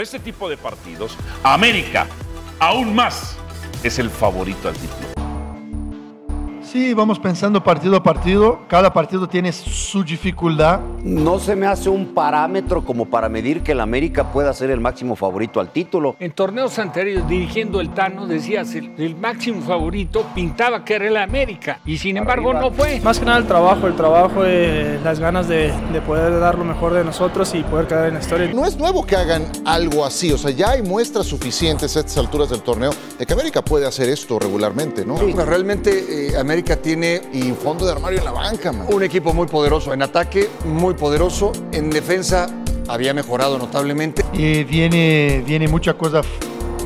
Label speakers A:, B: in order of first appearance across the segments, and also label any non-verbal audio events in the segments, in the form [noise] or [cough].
A: ese tipo de partidos, América, aún más, es el favorito al título.
B: Sí, vamos pensando partido a partido. Cada partido tiene su dificultad.
C: No se me hace un parámetro como para medir que el América pueda ser el máximo favorito al título.
D: En torneos anteriores, dirigiendo el Tano, decías el, el máximo favorito pintaba que era el América. Y sin embargo,
E: Arriba.
D: no fue.
E: Más que nada el trabajo, el trabajo, eh, las ganas de, de poder dar lo mejor de nosotros y poder quedar en la historia.
F: No es nuevo que hagan algo así, o sea, ya hay muestras suficientes a estas alturas del torneo de que América puede hacer esto regularmente, ¿no?
G: Bueno, realmente eh, América tiene
F: Y fondo de armario en la banca, man.
G: un equipo muy poderoso en ataque, muy poderoso en defensa. Había mejorado notablemente.
B: Y viene, viene mucha cosa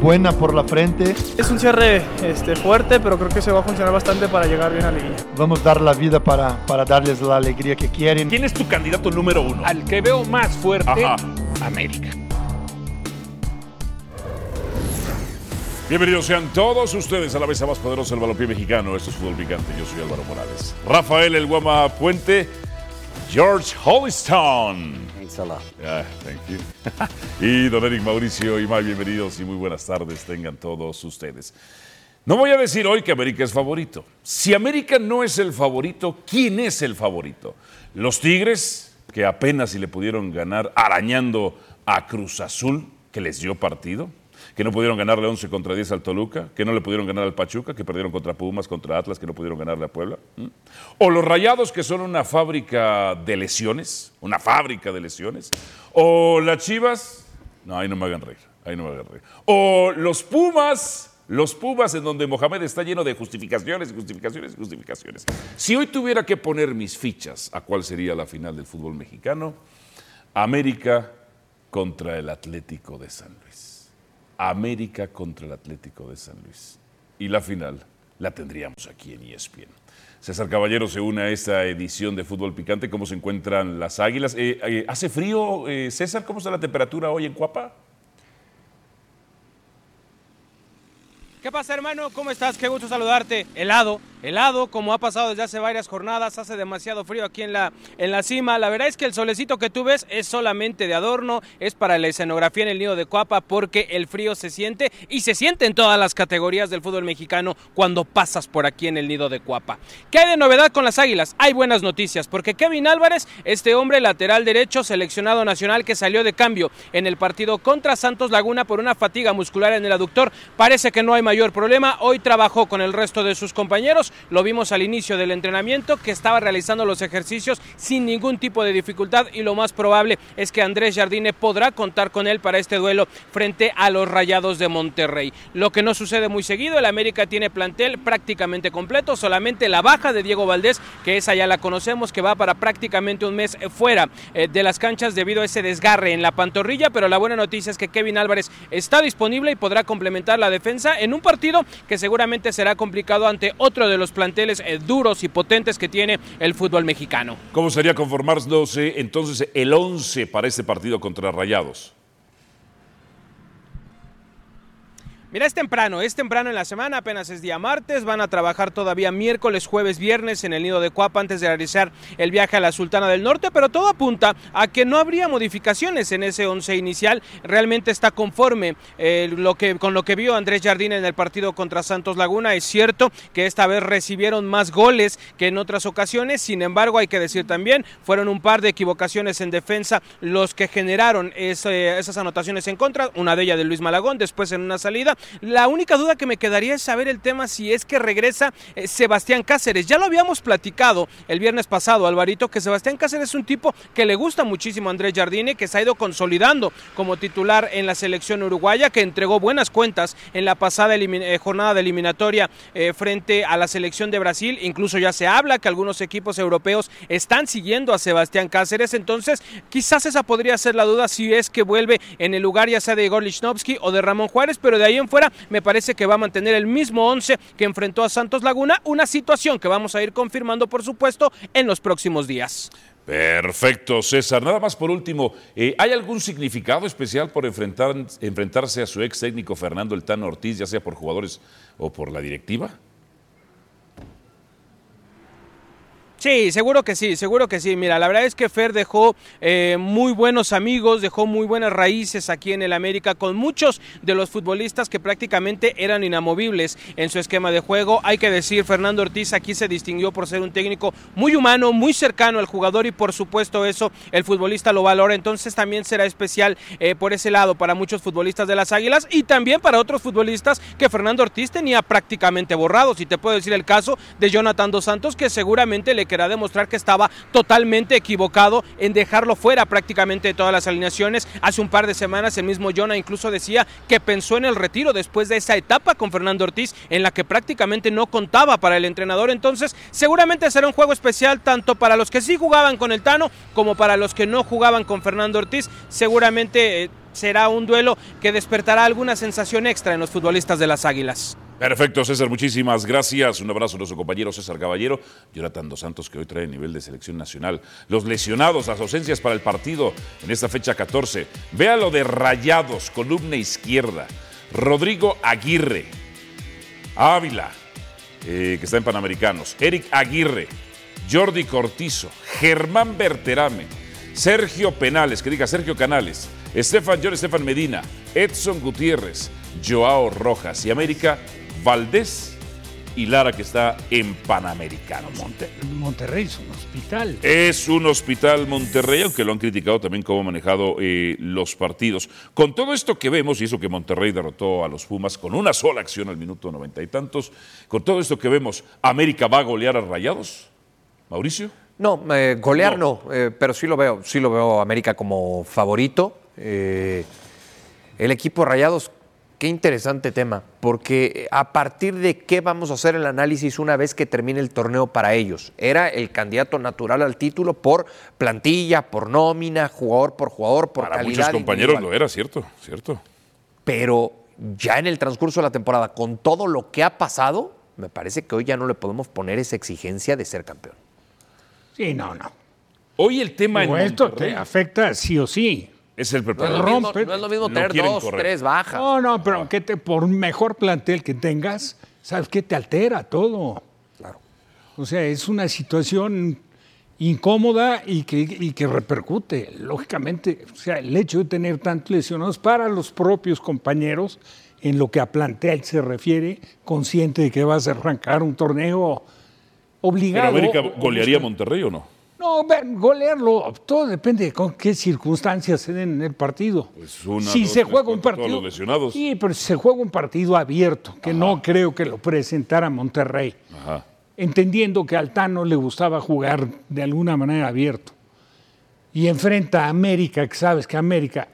B: buena por la frente.
E: Es un cierre este, fuerte, pero creo que se va a funcionar bastante para llegar bien a la liguilla.
B: Vamos a dar la vida para, para darles la alegría que quieren.
A: ¿Quién es tu candidato número uno?
D: Al que veo más fuerte,
A: Ajá.
D: América.
A: Bienvenidos sean todos ustedes a la mesa más poderosa del balompié mexicano. Esto es Fútbol Picante. Yo soy Álvaro Morales. Rafael El Guama Puente, George Holliston. Ah, thank you. [laughs] y don Eric Mauricio y más bienvenidos y muy buenas tardes tengan todos ustedes. No voy a decir hoy que América es favorito. Si América no es el favorito, ¿quién es el favorito? Los Tigres, que apenas si le pudieron ganar arañando a Cruz Azul, que les dio partido, que no pudieron ganarle 11 contra 10 al Toluca, que no le pudieron ganar al Pachuca, que perdieron contra Pumas, contra Atlas, que no pudieron ganarle a Puebla. ¿Mm? O los Rayados, que son una fábrica de lesiones, una fábrica de lesiones. O las Chivas, no, ahí no me hagan reír, ahí no me hagan reír. O los Pumas, los Pumas en donde Mohamed está lleno de justificaciones, justificaciones, justificaciones. Si hoy tuviera que poner mis fichas a cuál sería la final del fútbol mexicano, América contra el Atlético de San Luis. América contra el Atlético de San Luis. Y la final la tendríamos aquí en E ESPN. César Caballero se une a esta edición de Fútbol Picante. ¿Cómo se encuentran las águilas? Eh, eh, ¿Hace frío, eh, César? ¿Cómo está la temperatura hoy en Cuapa?
H: ¿Qué pasa, hermano? ¿Cómo estás? Qué gusto saludarte. Helado, helado, como ha pasado desde hace varias jornadas, hace demasiado frío aquí en la, en la cima. La verdad es que el solecito que tú ves es solamente de adorno, es para la escenografía en el nido de Coapa, porque el frío se siente y se siente en todas las categorías del fútbol mexicano cuando pasas por aquí en el nido de Coapa. ¿Qué hay de novedad con las águilas? Hay buenas noticias, porque Kevin Álvarez, este hombre lateral derecho seleccionado nacional que salió de cambio en el partido contra Santos Laguna por una fatiga muscular en el aductor, parece que no hay mayor problema. Hoy trabajó con el resto de sus compañeros. Lo vimos al inicio del entrenamiento que estaba realizando los ejercicios sin ningún tipo de dificultad y lo más probable es que Andrés Jardine podrá contar con él para este duelo frente a los Rayados de Monterrey. Lo que no sucede muy seguido, el América tiene plantel prácticamente completo, solamente la baja de Diego Valdés, que esa ya la conocemos, que va para prácticamente un mes fuera eh, de las canchas debido a ese desgarre en la pantorrilla, pero la buena noticia es que Kevin Álvarez está disponible y podrá complementar la defensa en un partido que seguramente será complicado ante otro de los planteles eh, duros y potentes que tiene el fútbol mexicano.
A: ¿Cómo sería conformarnos eh, entonces el 11 para este partido contra Rayados?
H: Mira, es temprano, es temprano en la semana, apenas es día martes, van a trabajar todavía miércoles, jueves, viernes en el nido de Cuapa antes de realizar el viaje a la Sultana del Norte, pero todo apunta a que no habría modificaciones en ese once inicial, realmente está conforme eh, lo que, con lo que vio Andrés Jardín en el partido contra Santos Laguna, es cierto que esta vez recibieron más goles que en otras ocasiones, sin embargo hay que decir también, fueron un par de equivocaciones en defensa los que generaron ese- esas anotaciones en contra, una de ellas de Luis Malagón, después en una salida, la única duda que me quedaría es saber el tema si es que regresa eh, Sebastián Cáceres. Ya lo habíamos platicado el viernes pasado, Alvarito, que Sebastián Cáceres es un tipo que le gusta muchísimo a Andrés Jardine, que se ha ido consolidando como titular en la selección uruguaya, que entregó buenas cuentas en la pasada elimin- eh, jornada de eliminatoria eh, frente a la selección de Brasil. Incluso ya se habla que algunos equipos europeos están siguiendo a Sebastián Cáceres. Entonces, quizás esa podría ser la duda si es que vuelve en el lugar ya sea de Igor Lichnowsky o de Ramón Juárez, pero de ahí en fuera me parece que va a mantener el mismo 11 que enfrentó a Santos Laguna, una situación que vamos a ir confirmando, por supuesto, en los próximos días.
A: Perfecto, César. Nada más por último, eh, ¿hay algún significado especial por enfrentar- enfrentarse a su ex técnico Fernando El Tano Ortiz, ya sea por jugadores o por la directiva?
H: Sí, seguro que sí, seguro que sí. Mira, la verdad es que Fer dejó eh, muy buenos amigos, dejó muy buenas raíces aquí en el América con muchos de los futbolistas que prácticamente eran inamovibles en su esquema de juego. Hay que decir, Fernando Ortiz aquí se distinguió por ser un técnico muy humano, muy cercano al jugador y por supuesto eso el futbolista lo valora. Entonces también será especial eh, por ese lado para muchos futbolistas de las Águilas y también para otros futbolistas que Fernando Ortiz tenía prácticamente borrados. Y te puedo decir el caso de Jonathan Dos Santos que seguramente le querrá demostrar que estaba totalmente equivocado en dejarlo fuera prácticamente de todas las alineaciones. Hace un par de semanas el mismo Jonah incluso decía que pensó en el retiro después de esa etapa con Fernando Ortiz en la que prácticamente no contaba para el entrenador. Entonces seguramente será un juego especial tanto para los que sí jugaban con el Tano como para los que no jugaban con Fernando Ortiz. Seguramente eh, será un duelo que despertará alguna sensación extra en los futbolistas de las Águilas.
A: Perfecto, César, muchísimas gracias. Un abrazo a nuestro compañero César Caballero, Jonathan Dos Santos, que hoy trae nivel de selección nacional. Los lesionados, las ausencias para el partido en esta fecha 14. Vea lo de Rayados, columna izquierda. Rodrigo Aguirre, Ávila, eh, que está en Panamericanos. Eric Aguirre, Jordi Cortizo, Germán Berterame, Sergio Penales, que diga Sergio Canales, Estefan John Estefan Medina, Edson Gutiérrez, Joao Rojas y América Valdés y Lara que está en Panamericano.
I: Monterrey es un hospital.
A: Es un hospital Monterrey, aunque lo han criticado también cómo ha manejado eh, los partidos. Con todo esto que vemos, y eso que Monterrey derrotó a los Pumas con una sola acción al minuto noventa y tantos, con todo esto que vemos, ¿América va a golear a Rayados? Mauricio.
J: No, eh, golear no, eh, pero sí lo veo, sí lo veo a América como favorito. Eh, el equipo de Rayados, qué interesante tema, porque a partir de qué vamos a hacer el análisis una vez que termine el torneo para ellos. Era el candidato natural al título por plantilla, por nómina, jugador por jugador, por
A: Para
J: calidad.
A: muchos compañeros
J: individual.
A: lo era, cierto, cierto.
J: Pero ya en el transcurso de la temporada, con todo lo que ha pasado, me parece que hoy ya no le podemos poner esa exigencia de ser campeón.
I: Sí, no, no.
A: Hoy el tema
I: en esto te afecta sí o sí.
A: Es el
J: No es
A: preparador.
J: lo mismo,
I: Rompe.
J: no es lo mismo
A: No
J: tener
A: quieren
J: dos,
A: correr.
J: tres bajas.
I: No, no, pero aunque te, por mejor plantel que tengas, sabes que te altera todo.
J: Claro.
I: O sea, es una situación incómoda y que, y que repercute, lógicamente. O sea, el hecho de tener tantos lesionados para los propios compañeros, en lo que a plantel se refiere, consciente de que vas a arrancar un torneo
A: ¿Pero
I: obligado.
A: América golearía a Monterrey o no?
I: No, ver, golearlo, todo depende de con qué circunstancias se den en el partido.
A: Pues una,
I: si
A: dos,
I: se
A: tres,
I: juega un
A: cuatro, todos
I: partido.
A: los lesionados.
I: Sí, pero si se juega un partido abierto, que no creo que lo presentara Monterrey,
A: Ajá.
I: entendiendo que al Tano le gustaba jugar de alguna manera abierto. Y enfrenta a América, que sabes que América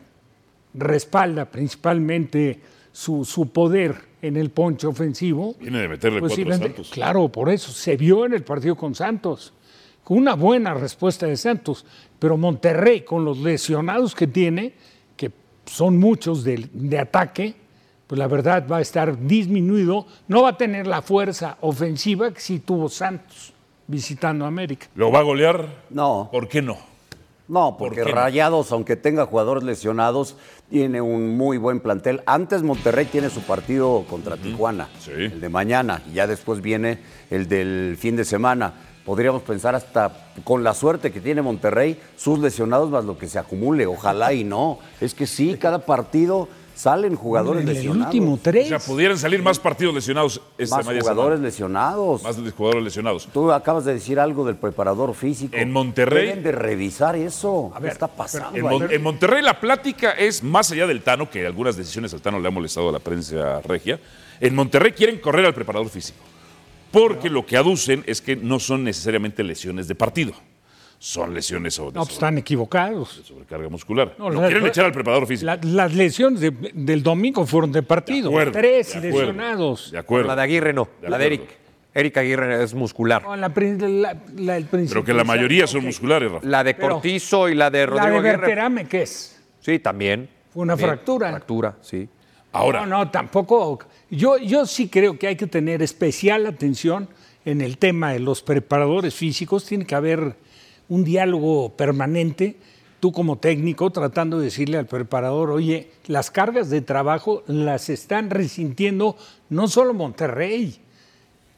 I: respalda principalmente su, su poder en el ponche ofensivo.
A: Viene de meterle
I: Pues sí,
A: cuatro a
I: vende-
A: Santos.
I: Claro, por eso se vio en el partido con Santos, con una buena respuesta de Santos, pero Monterrey con los lesionados que tiene, que son muchos del- de, ataque, pues la verdad va a estar disminuido, no va a tener la fuerza ofensiva que sí tuvo Santos visitando América.
A: ¿Lo va a golear?
C: No.
A: ¿Por qué no?
C: No,
A: ¿Por
C: porque
A: qué no?
C: Rayados, aunque tenga jugadores lesionados, tiene un muy buen plantel. Antes Monterrey tiene su partido contra Tijuana,
A: sí.
C: el de mañana, y ya después viene el del fin de semana. Podríamos pensar hasta con la suerte que tiene Monterrey, sus lesionados más lo que se acumule. Ojalá y no. Es que sí, cada partido salen jugadores
I: En el
C: lesionados.
I: último
A: O
I: tres.
A: sea, pudieran salir más partidos lesionados esta
C: más
A: media
C: jugadores
A: Este semana.
C: lesionados.
A: Más jugadores lesionados.
C: Tú acabas de decir algo del preparador físico.
A: En Monterrey-
C: Deben de revisar eso. ¿Qué está pasando?
A: En,
C: ahí?
A: Mon- en Monterrey la plática es más allá del Tano, que algunas decisiones al Tano le ha molestado a la prensa regia. En Monterrey quieren correr al preparador físico, porque lo que aducen es que no son necesariamente lesiones de partido, son lesiones o de
I: No, pues
A: sobre-
I: están equivocados.
A: sobrecarga muscular.
I: No,
A: lo
I: la-
A: quieren echar al preparador físico.
I: La- las lesiones de- del domingo fueron de partido.
A: De acuerdo,
I: tres
A: de acuerdo,
I: lesionados.
A: De acuerdo.
J: La de Aguirre no,
A: De
J: la de
A: acuerdo.
J: Eric. Eric Aguirre es muscular.
I: No, la prin- la- la- el
A: Pero que la mayoría son
I: Ok.
A: musculares, Rafa.
J: La de
I: Pero-
J: Cortizo y la de
I: La de
J: Rodrigo Aguirre.
I: Berterame, ¿qué es?
J: Sí, también.
I: Fue una
J: También,
I: fractura.
J: Fractura, sí.
A: Ahora,
I: No, no, tampoco. Yo, yo sí creo que hay que tener especial atención en el tema de los preparadores físicos. Tiene que haber un diálogo permanente, tú como técnico, tratando de decirle al preparador, oye, las cargas de trabajo las están resintiendo no solo Monterrey.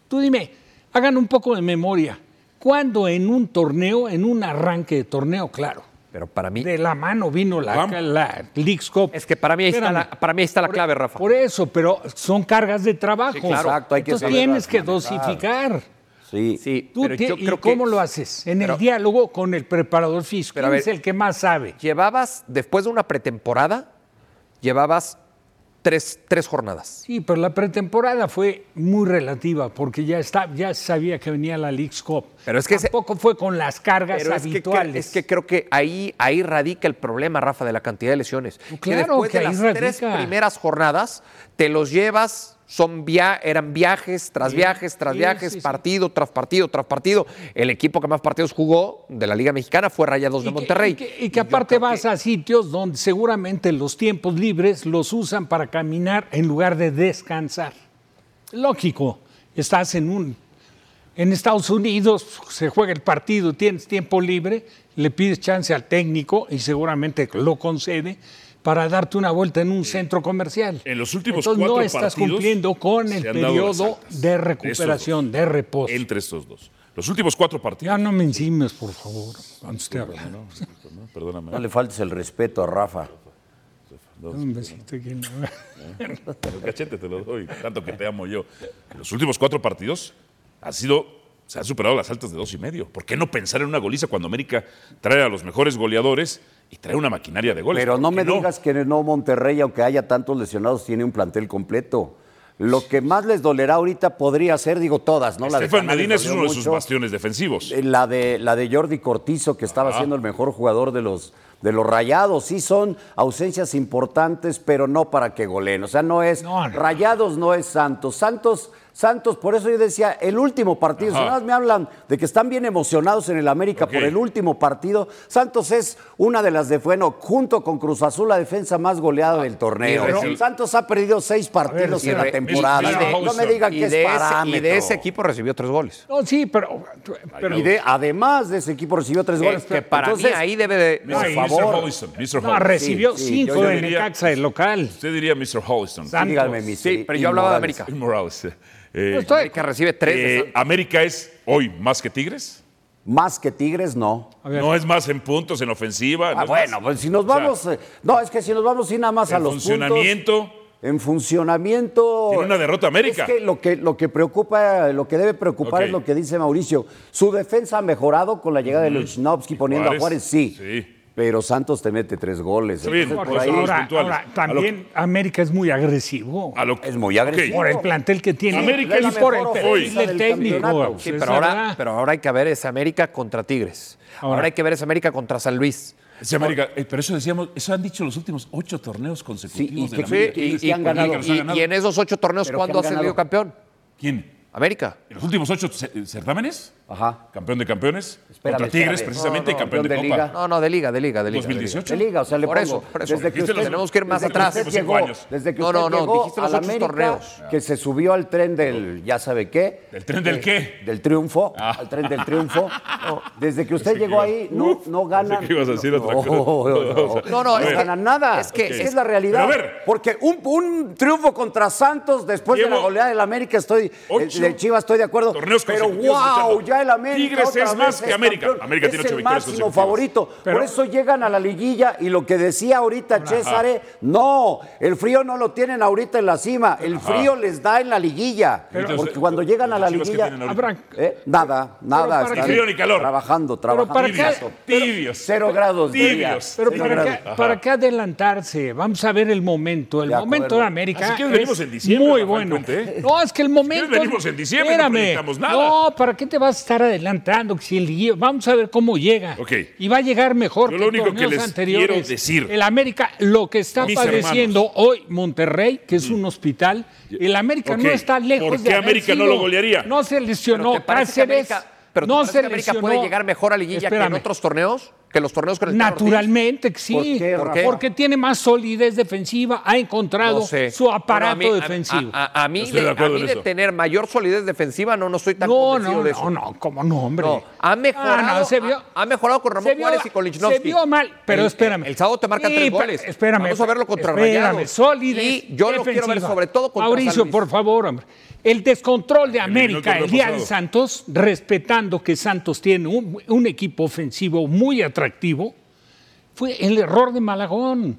I: Tú dime, hagan un poco de memoria. ¿Cuándo en un torneo, en un arranque de torneo, claro?
J: Pero para mí.
I: De la mano vino la,
J: Vamos.
I: la Leagues Cup.
J: Es que para mí ahí está la, para mí ahí está la clave, Rafa.
I: Por eso, pero son cargas de trabajo.
J: Sí, claro. Exacto, hay que
I: Entonces
J: saberlas
I: tienes que
J: manejar.
I: dosificar.
C: Sí.
I: Tú
J: pero
I: tie-
J: yo
I: ¿Y
J: creo que-
I: cómo lo haces? En
J: pero-
I: el diálogo con el preparador físico.
J: Pero a
I: ¿Quién
J: ver,
I: es el que más sabe?
J: Llevabas, después de una pretemporada, llevabas tres, tres jornadas.
I: Sí, pero la pretemporada fue muy relativa porque ya está, ya sabía que venía la Leagues Cup.
J: Pero es que ese-
I: tampoco fue con las cargas
J: Pero es que, cre-
I: habituales.
J: es que creo que ahí, ahí radica el problema, Rafa, de la cantidad de lesiones.
I: Pues claro
J: después
I: que
J: de
I: ahí
J: las tres
I: radica.
J: primeras jornadas, te los llevas, son via- eran viajes tras
I: Sí,
J: viajes, tras
I: sí,
J: viajes,
I: sí, sí.
J: partido tras partido, tras partido. El equipo que más partidos jugó de la Liga Mexicana fue Rayados de
I: Y que-
J: Monterrey.
I: Y que, y que aparte vas a sitios donde seguramente los tiempos libres los usan para caminar en lugar de descansar. Lógico, estás en un... En Estados Unidos se juega el partido, tienes tiempo libre, le pides chance al técnico y seguramente lo concede para darte una vuelta en un centro comercial.
A: En los últimos
I: Entonces
A: cuatro
I: no estás
A: partidos
I: cumpliendo con
A: se
I: el
A: han dado las
I: periodo
A: altas.
I: de
A: Esos
I: recuperación,
A: dos.
I: de reposo.
A: Entre estos dos. Los últimos cuatro partidos.
I: Ya no me encimes, por favor, cuando esté hablando.
A: No, Perdóname.
C: No le faltes el respeto a Rafa.
I: Un besito aquí en la-
A: El cachete te lo doy, tanto que te amo yo. En los últimos cuatro partidos ha sido, se han superado las altas de dos y medio. ¿Por qué no pensar en una goliza cuando América trae a los mejores goleadores y trae una maquinaria de goles?
C: Pero no
A: Pues, ¿Por qué
C: me digas que no Monterrey, aunque haya tantos lesionados, tiene un plantel completo. Lo que más les dolerá ahorita podría ser, digo, todas, ¿no? La de
A: Estefan
C: Canales
A: Medina es
C: dolió
A: uno de sus
C: mucho.
A: bastiones defensivos.
C: Eh, La de, la de Jordi Cortizo, que estaba siendo el mejor jugador de los, de los rayados. Sí son ausencias importantes, pero no para que goleen. O sea, no es.
I: No, no.
C: Rayados no es Santos. Santos, Santos, por eso yo decía, el último partido. Si
A: Ajá.
C: nada más me hablan de que están bien emocionados en el América
A: Ok.
C: por el último partido. Santos es una de las de bueno, junto con Cruz Azul, la defensa más goleada del torneo.
J: y
A: reci-
C: Santos ha perdido seis partidos
I: sí,
C: en la
J: re-
C: temporada.
A: y de-
C: no me digan
J: Y
C: que es
J: de, ese,
C: parámetro.
J: y de ese equipo recibió tres goles.
I: [laughs] No, sí, pero, pero
C: Y de- además de ese equipo recibió tres goles.
J: Es que para
C: Entonces,
J: mí ahí debe de...
A: Mr.
I: Ay,
A: Mr.
C: favor.
A: Holliston. Mr.
I: no,
A: Holliston.
I: recibió
C: Sí, sí,
I: cinco
C: yo- yo
I: de
A: diría-
I: Necaxa, el local.
A: Usted diría Mr. Holliston.
I: Santos.
C: díganme, mis
J: Sí, pero yo hablaba de
C: inmorales.
J: América.
A: Morales. eh, eh,
I: No estoy-
J: Que recibe tres. de
A: eh,
J: Santos.
A: América es hoy más que Tigres.
C: Más que Tigres, no.
I: A ver.
A: No es más en puntos, en ofensiva. no
C: Ah,
A: es más-
C: bueno, pues si nos
A: O sea,
C: vamos. eh, no, es que si nos vamos sí, nada más a
A: en
C: los
A: funcionamiento.
C: puntos, En funcionamiento.
A: Tiene una derrota América.
C: Es que lo que, lo que preocupa, lo que debe preocupar
A: Ok.
C: es lo que dice Mauricio. Su defensa ha mejorado con la llegada de Luchinovsky poniendo
A: Juárez,
C: a Juárez, sí.
A: sí.
C: Pero Santos te mete tres goles.
A: Está bien,
C: Entonces,
A: por
C: por ahí-
A: eso
I: ahora,
A: puntuales.
I: ahora, también América es muy agresivo
A: A lo-
C: Es muy
A: Ok.
C: agresivo.
I: por el plantel que tiene
A: América
I: y
A: es
I: por
A: la
I: el
A: mejor
I: perfil
A: ofensa
I: del
C: del
I: técnico.
C: campeonato.
I: pues,
J: Sí,
I: es
J: pero ahora,
I: verdad.
J: pero ahora hay que ver esa América contra Tigres. Ahora,
I: Ahora.
J: hay que ver esa América contra San Luis.
A: Sí, América, eh, pero eso decíamos, eso han dicho los últimos ocho torneos consecutivos
C: Sí, y
A: de la
C: que-
A: América.
C: sí, y-
A: Es
C: y han
A: América
C: ganado.
A: los ha
J: Pues Y, y en esos ocho torneos,
C: Pero
J: ¿cuándo ha
C: que han
J: salido
C: ganado.
J: campeón?
A: ¿Quién?
J: América.
A: ¿En los últimos ocho ce- certámenes?
C: Ajá.
A: Campeón de campeones.
C: Espérame,
A: contra Tigres,
C: espérame.
A: precisamente,
C: No, no,
A: y campeón,
C: campeón
A: de,
C: de
A: Copa.
C: liga.
J: No, no, de liga, de liga, de liga. de liga.
A: 2018.
C: De liga, o sea, le
J: Por
C: pongo,
J: eso, por eso.
C: Desde que
A: Dijiste
C: usted,
A: los-
J: tenemos que ir más
C: desde
J: atrás.
C: usted
A: Cinco
C: llegó-
A: años.
C: Desde que
J: No,
C: usted
J: no, no,
C: llegó
J: dijiste
C: a
J: los
C: la
J: ocho
C: América,
J: torneos.
C: que se subió al tren del, ya sabe qué.
A: ¿Del tren del qué?
C: Del triunfo,
A: Ah.
C: al tren del triunfo. No, desde que usted llegó ahí, no, no gana.
A: pensé que ibas a decir otra cosa.
C: [laughs] No,
J: No, no, es
C: no
J: que-
C: gana nada.
J: es que-
C: Esa
J: es-
C: es la realidad.
A: Pero a ver.
C: Porque un, un triunfo contra Santos después de
A: Llevo
C: la goleada del América, estoy, eh,
A: ocho
C: de Chivas, estoy de acuerdo.
A: torneos
C: Pero
A: consecutivos
C: wow,
A: luchando.
C: ya el América.
A: Tigres
C: otra
A: es
C: vez
A: más que América.
C: campeón.
A: América tiene
C: Es
A: ocho
C: el
A: victorias
C: máximo
A: consecutivas.
C: favorito.
I: Pero-
C: Por eso llegan a la liguilla y lo que decía ahorita César, no, el frío no lo tienen ahorita en la cima, el frío les da en la liguilla.
A: Pero-
C: porque cuando llegan a la
A: Chivas, ¿qué
C: liguilla,
A: tienen ahorita?
I: Habrá-
C: ¿eh? nada, nada,
I: para
C: están
A: qué? Frío ni calor.
C: trabajando, trabajando.
I: para qué-
A: Tibios.
I: Pero-
A: Tibios.
C: Cero grados, diría.
A: Tibios.
I: pero
C: Sí,
I: para,
C: claro.
I: qué, para qué adelantarse? Vamos a ver el momento. El
C: De acuerdo.
I: momento de América.
A: Así que
I: es
A: venimos en diciembre,
I: Muy
A: Rafael
I: bueno.
A: Puente, ¿eh?
I: No, es que el momento.
A: venimos en diciembre, no
I: Espérame.
A: proyectamos nada.
I: No, ¿para qué te vas a estar adelantando? Que si el guía- Vamos a ver cómo llega.
A: Ok.
I: Y va a llegar mejor.
A: Yo lo único que
I: torneos
A: les
I: anteriores.
A: quiero decir.
I: El América, lo que está
A: Mis Mm.
I: padeciendo hoy Monterrey, que es un hospital, el América
A: Ok.
I: no está lejos
A: ¿Por
I: de
A: qué
I: haber
A: América no
I: sido.
A: lo golearía?
I: No se
J: Pero
I: lesionó
J: ¿te parece que
I: Cáceres.
J: América- pero ¿te
I: no
J: parece
I: se
J: que América
I: lesionó.
J: puede llegar mejor a liguilla que en
I: Espérame.
J: otros torneos? que los torneos con el Tano Ortiz?
I: Naturalmente, que sí.
J: ¿Por qué, Rafa?
I: Porque tiene más solidez defensiva, ha encontrado
J: No sé.
I: su aparato
J: Bueno, a mí- a-
I: defensivo.
J: A, a- a mí,
I: Estoy
J: de,
I: de acuerdo
J: a mí
I: en
J: de
I: eso.
J: tener mayor solidez defensiva, no, no estoy tan
I: no,
J: convencido
I: no,
J: de eso.
I: no, no, cómo no, hombre.
J: No, ha mejorado.
I: Ah, no, se vio-
J: ha, ha mejorado con Ramón
I: se vio-
J: Juárez y con Lichnowsky.
I: se vio mal, pero
J: El-
I: espérame.
J: El, sábado te marcan
I: Sí,
J: tres
I: pero
J: goles.
I: Espérame.
J: Vamos a verlo contra
I: espérame,
J: Rayados.
I: sólida
J: Y yo lo quiero ver
I: defensiva.
J: sobre todo contra
I: Mauricio,
J: San Luis.
I: por favor, hombre. El descontrol de América
J: torneo
I: el día
J: pasado.
I: de Santos, respetando que Santos tiene un, un equipo ofensivo muy atractivo, fue el error de Malagón.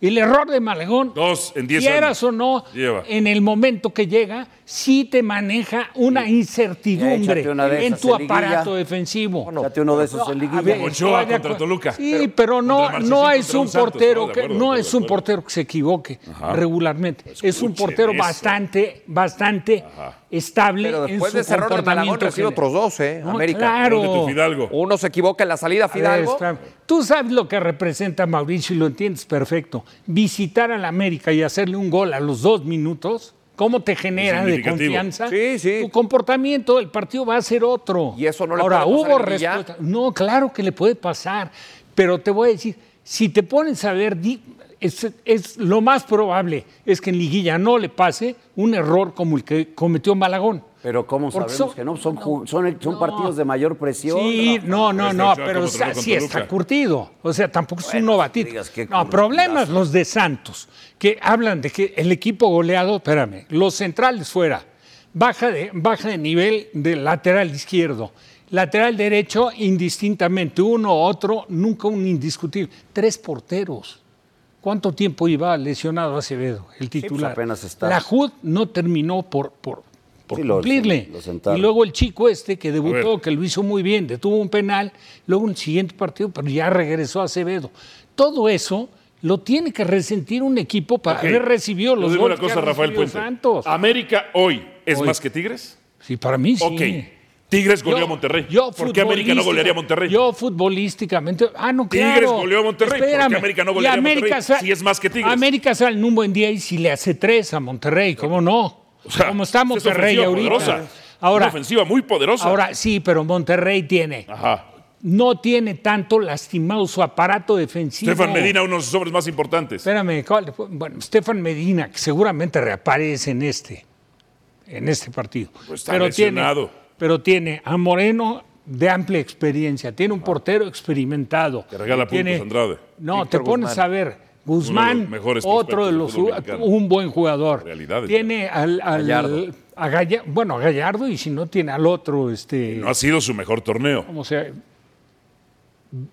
I: El error de Malagón.
A: Dos en diez
I: Quieras
A: años.
I: o no,
A: Lleva.
I: en el momento que llega, sí te maneja una incertidumbre
C: échate una de
I: en
C: esas
I: tu
C: en liguilla.
I: aparato defensivo.
C: Échate uno de esos en liguilla.
I: ver, estoy de acuerdo. Sí, pero no, no es un portero que no es un portero que se equivoque regularmente. es un portero
J: eso.
I: bastante bastante estable
J: Pero
I: en
J: después
I: su
J: de ese error de Malagón
I: comportamiento
J: recibe
I: general.
J: otros dos, ¿eh?
I: No,
J: América.
I: claro. Uno de tu
J: Uno se equivoca en la salida a
I: A ver,
J: Fidalgo.
I: espérame. Tú sabes lo que representa Mauricio y lo entiendes perfecto. Visitar al América y hacerle un gol a los dos minutos, ¿cómo te genera de
J: significativo.
I: confianza? Tu comportamiento del partido va a ser otro. Y eso no
J: le
I: Ahora,
J: puede pasar
I: hubo
J: a Liguilla?
I: respuesta. No, claro que le puede pasar. Pero te voy a decir, si te pones a ver, di- es, es lo más probable es que en Liguilla no le pase un error como el que cometió Malagón.
C: Pero ¿cómo
I: Porque
C: sabemos
I: son-
C: que no? Son, ju- son, son partidos de mayor presión.
I: Sí, no, no,
C: Este
I: no,
C: Ochoa
I: pero
C: como
I: está-
C: torneo con
I: sí está
C: Toluca.
I: curtido. O sea, tampoco es un novatito.
C: qué
I: No,
C: curtidazo.
I: problemas los de Santos, que hablan de que el equipo goleado, espérame, los centrales fuera, baja de, baja de nivel del lateral izquierdo, lateral derecho indistintamente, uno u otro, nunca un indiscutible. Tres porteros. ¿Cuánto tiempo iba lesionado Acevedo, el
C: pues
I: titular?
C: apenas está.
I: La JUD no terminó por, por, por
C: Sí, lo-
I: cumplirle.
C: lo sentaron.
I: y luego el chico este que
C: A
I: debutó,
C: ver.
I: que lo hizo muy bien, detuvo un penal, luego el siguiente partido, pero ya regresó Acevedo. Todo eso lo tiene que resentir un equipo para
A: Ok.
I: haber recibido los
A: Yo digo una
I: goles que
A: cosa,
I: ha
A: Rafael
I: recibido
A: Puente.
I: Santos.
A: América hoy es
I: Hoy.
A: más que Tigres.
I: Sí, para mí sí.
A: Ok. Tigres goleó
I: Yo-
A: a Monterrey.
I: yo
A: ¿Por qué América no
I: futbolística-
A: golearía a Monterrey?
I: Yo futbolísticamente. Ah, no,
A: Tigres
I: claro.
A: goleó a Monterrey, ¿por qué
I: Espérame.
A: América no
I: Y
A: golearía a Monterrey?
I: sal-
A: Si es más que Tigres.
I: América sale en un buen día y si le hace tres a Monterrey, ¿cómo no?
A: sea,
I: Como está
A: esta es
I: Monterrey
A: ofensiva
I: ahorita.
A: poderosa.
I: Ahora,
A: Una ofensiva muy poderosa.
I: Ahora sí, pero Monterrey tiene. No tiene tanto lastimado su aparato defensivo.
A: Stefan Medina, uno de sus hombres más importantes.
I: Espérame, ¿cuál? bueno, Stefan Medina, que seguramente reaparece en este, en este partido.
A: Pues está lesionado.
I: Tiene, pero tiene a Moreno de amplia experiencia, tiene un portero experimentado.
A: Ah. Que regala puntos,
I: tiene-
A: Andrade.
I: No,
A: Víctor
I: te pones
A: Guzmán.
I: a ver.
A: Uno de
I: Guzmán,
A: los mejores
I: otro
A: prospectos
I: de los
A: del fútbol mexicano.
I: un buen jugador. Tiene al, al-
A: Gallardo.
I: a Galla- bueno, a Gallardo y si no tiene al otro este
A: No ha sido su mejor torneo.
I: ¿cómo se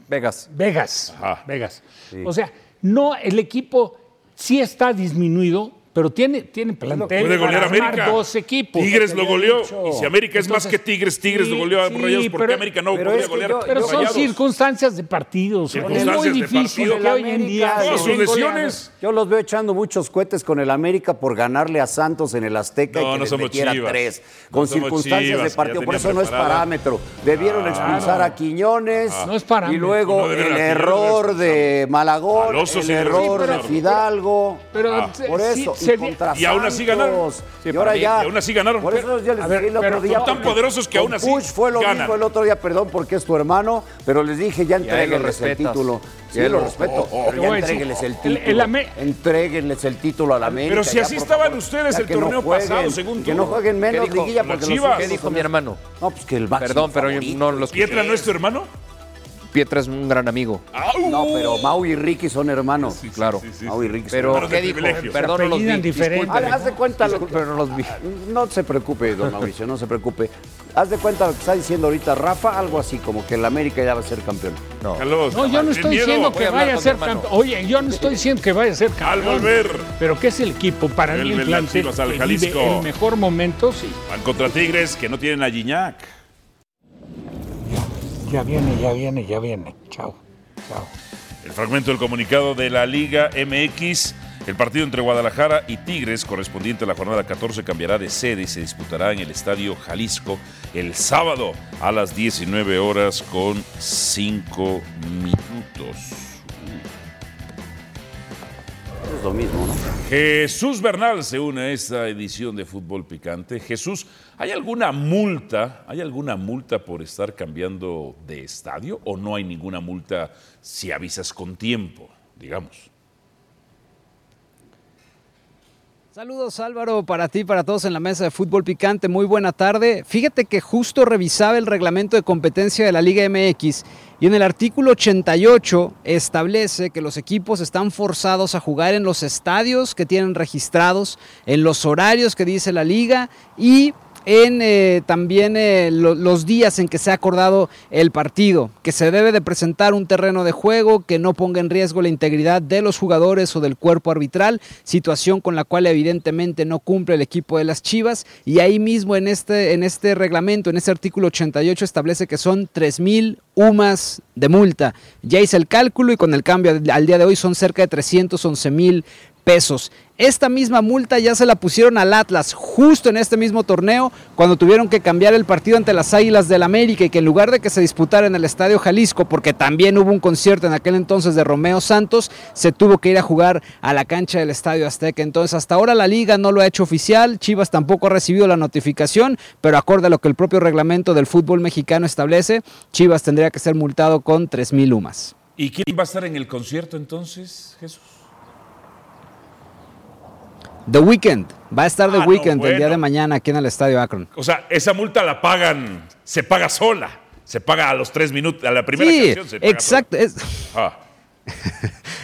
J: Vegas.
I: Vegas. Vegas. O sea, no, el equipo sí está disminuido, pero tiene, tiene plantel
A: Puede golear
I: para armar
A: América.
I: dos equipos.
A: Tigres lo goleó.
I: Ocho.
A: Y si América es más que Tigres, Tigres lo goleó a
I: sí,
A: Rayados. ¿Por qué
I: pero-
A: América no
I: pero
A: podía
I: es que
A: golear?
I: yo- Pero
A: a
I: son
A: Rayados?
I: circunstancias de partido. son- Es muy
A: Circunstancias de
I: difícil
A: partido.
I: que hoy en día.
A: Todas sus lesiones.
C: Yo los veo echando muchos cohetes con el América por ganarle a Santos en el Azteca
A: No,
C: y que
A: no
C: les
A: somos
C: metiera
A: chivas.
C: tres.
A: No
C: Con
A: somos
C: circunstancias
A: chivas, que
C: de
A: ya
C: partido. Por
A: tenían
C: eso no es
A: preparada.
C: parámetro. Debieron expulsar a Quiñones.
A: Ajá.
I: No es parámetro.
C: Y luego
A: No debieron
C: el
A: a Quiñones, pues,
C: error de Malagón,
A: Al oso
C: el
A: sí debieron
C: error de
A: expulsarlo.
C: Fidalgo.
I: Pero,
C: Ah.
I: eh,
C: por
I: sí,
C: eso.
I: se-
C: y, contra
A: Y aún así ganaron.
C: Santos.
A: Sí,
C: y
A: para
C: ahora
A: mí,
C: ya.
A: y aún así ganaron.
C: Por eso yo les
A: A ver,
C: dije el otro
A: pero
C: día.
A: son tan
C: porque
A: poderosos que
C: con
A: aún así
C: Puch fue lo
A: ganan.
C: mismo el otro día, perdón, porque es tu hermano, pero les dije, ya
J: a él lo
C: entréguenles el
J: respetas.
C: título.
J: Sí,
C: Sí, lo
J: no,
C: respeto.
J: oh, oh,
C: pero
J: te
C: ya
J: voy a decir,
C: entréguenles el
J: el-
C: título.
J: el
C: Entréguenles el título a la América.
A: Pero si
C: ya,
A: así
C: por
A: estaban
C: favor.
A: ustedes
C: Ya
A: el
C: que no
A: torneo
C: jueguen,
A: pasado, según
C: Que
A: tú.
C: no jueguen menos
A: ¿Qué dijo?
C: liguilla
A: Las
C: porque
A: Chivas.
J: ¿Qué dijo mi hermano?
C: No, pues que el máximo
J: Perdón, pero yo no los
A: ¿Pietra no es tu hermano?
J: Pietra es un gran amigo.
C: No, pero Mau y Ricky son hermanos.
J: Claro.
C: Mau y Ricky son
J: Pero,
C: hermanos.
J: ¿qué dijo? Perdón, no los vi.
C: Ah, Haz
J: Disculpen.
C: de cuenta lo que-
J: Disculpen, no los vi.
C: No se preocupe, don Mauricio, no se preocupe. Haz de cuenta lo que está diciendo ahorita Rafa, algo así como que el América ya va a ser campeón.
J: No.
I: No, yo no estoy diciendo que vaya a ser campeón. Oye, yo no estoy diciendo que vaya a ser campeón.
A: volver.
I: Pero que es el equipo para
A: El
I: mí el
A: Belas
I: plantel
A: Chivas al
I: que
A: Jalisco.
I: vive el mejor momento, sí.
A: Van contra Tigres que no tienen a Gignac.
I: Ya viene, ya viene, ya viene. Chao. Chao.
A: El fragmento del comunicado de la Liga MX. El partido entre Guadalajara y Tigres, correspondiente a la jornada 14, cambiará de sede y se disputará en el Estadio Jalisco el sábado a las 19 horas con 5 minutos.
K: lo mismo, ¿no?
A: Jesús Bernal se une a esta edición de Fútbol Picante. Jesús, ¿hay alguna multa? ¿Hay alguna multa por estar cambiando de estadio o no hay ninguna multa si avisas con tiempo, digamos?
C: Saludos Álvaro para ti, para todos en la mesa de fútbol picante, muy buena tarde. Fíjate que justo revisaba el reglamento de competencia de la Liga MX y en el artículo 88 establece que los equipos están forzados a jugar en los estadios que tienen registrados, en los horarios que dice la liga y en eh, también eh, lo- los días en que se ha acordado el partido, que se debe de presentar un terreno de juego que no ponga en riesgo la integridad de los jugadores o del cuerpo arbitral, situación con la cual evidentemente no cumple el equipo de las Chivas y ahí mismo en este, en este reglamento, en este artículo 88 establece que son 3.000 UMAS de multa. Ya hice el cálculo y con el cambio al día de hoy son cerca de 311 mil pesos. Esta misma multa ya se la pusieron al Atlas justo en este mismo torneo cuando tuvieron que cambiar el partido ante las Águilas del América y que en lugar de que se disputara en el Estadio Jalisco, porque también hubo un concierto en aquel entonces de Romeo Santos, se tuvo que ir a jugar a la cancha del Estadio Azteca. Entonces hasta ahora la liga no lo ha hecho oficial, Chivas tampoco ha recibido la notificación, pero acorde a lo que el propio reglamento del fútbol mexicano establece, Chivas tendría que ser multado con 3.000 lumas.
A: ¿Y quién va a estar en el concierto entonces, Jesús?
C: The Weeknd, va a estar The
A: Ah, no,
C: Weeknd el día
A: bueno.
C: de mañana aquí en el Estadio Akron.
A: O sea, esa multa la pagan, se paga sola. Se paga a los tres minutos, a la primera
C: Sí,
A: canción se paga
C: exacto. Es,
A: sola. Ah.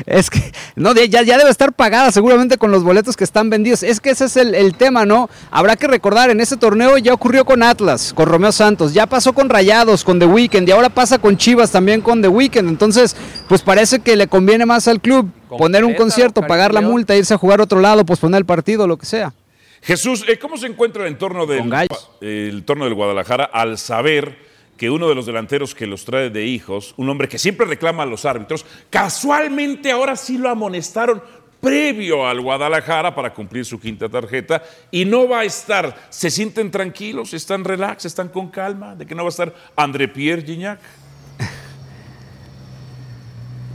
C: es que no, de- ya, ya debe estar pagada seguramente con los boletos que están vendidos. Es que ese es el, el tema, ¿no? Habrá que recordar, en ese torneo ya ocurrió con Atlas, con Romeo Santos, ya pasó con Rayados, con The Weeknd, y ahora pasa con Chivas también con The Weeknd. Entonces, pues parece que le conviene más al club poner un
A: Querétaro,
C: concierto, pagar la
A: Cariño.
C: multa, irse a jugar a otro lado, posponer el partido, lo que sea.
A: Jesús, eh, ¿cómo se encuentra el entorno del, el entorno del Guadalajara al saber que uno de los delanteros que los trae de hijos, un hombre que siempre reclama a los árbitros, casualmente ahora sí lo amonestaron previo al Guadalajara para cumplir su quinta tarjeta y no va a estar? ¿Se sienten tranquilos? ¿Están relax? ¿Están con calma? ¿De que no va a estar André Pierre Gignac?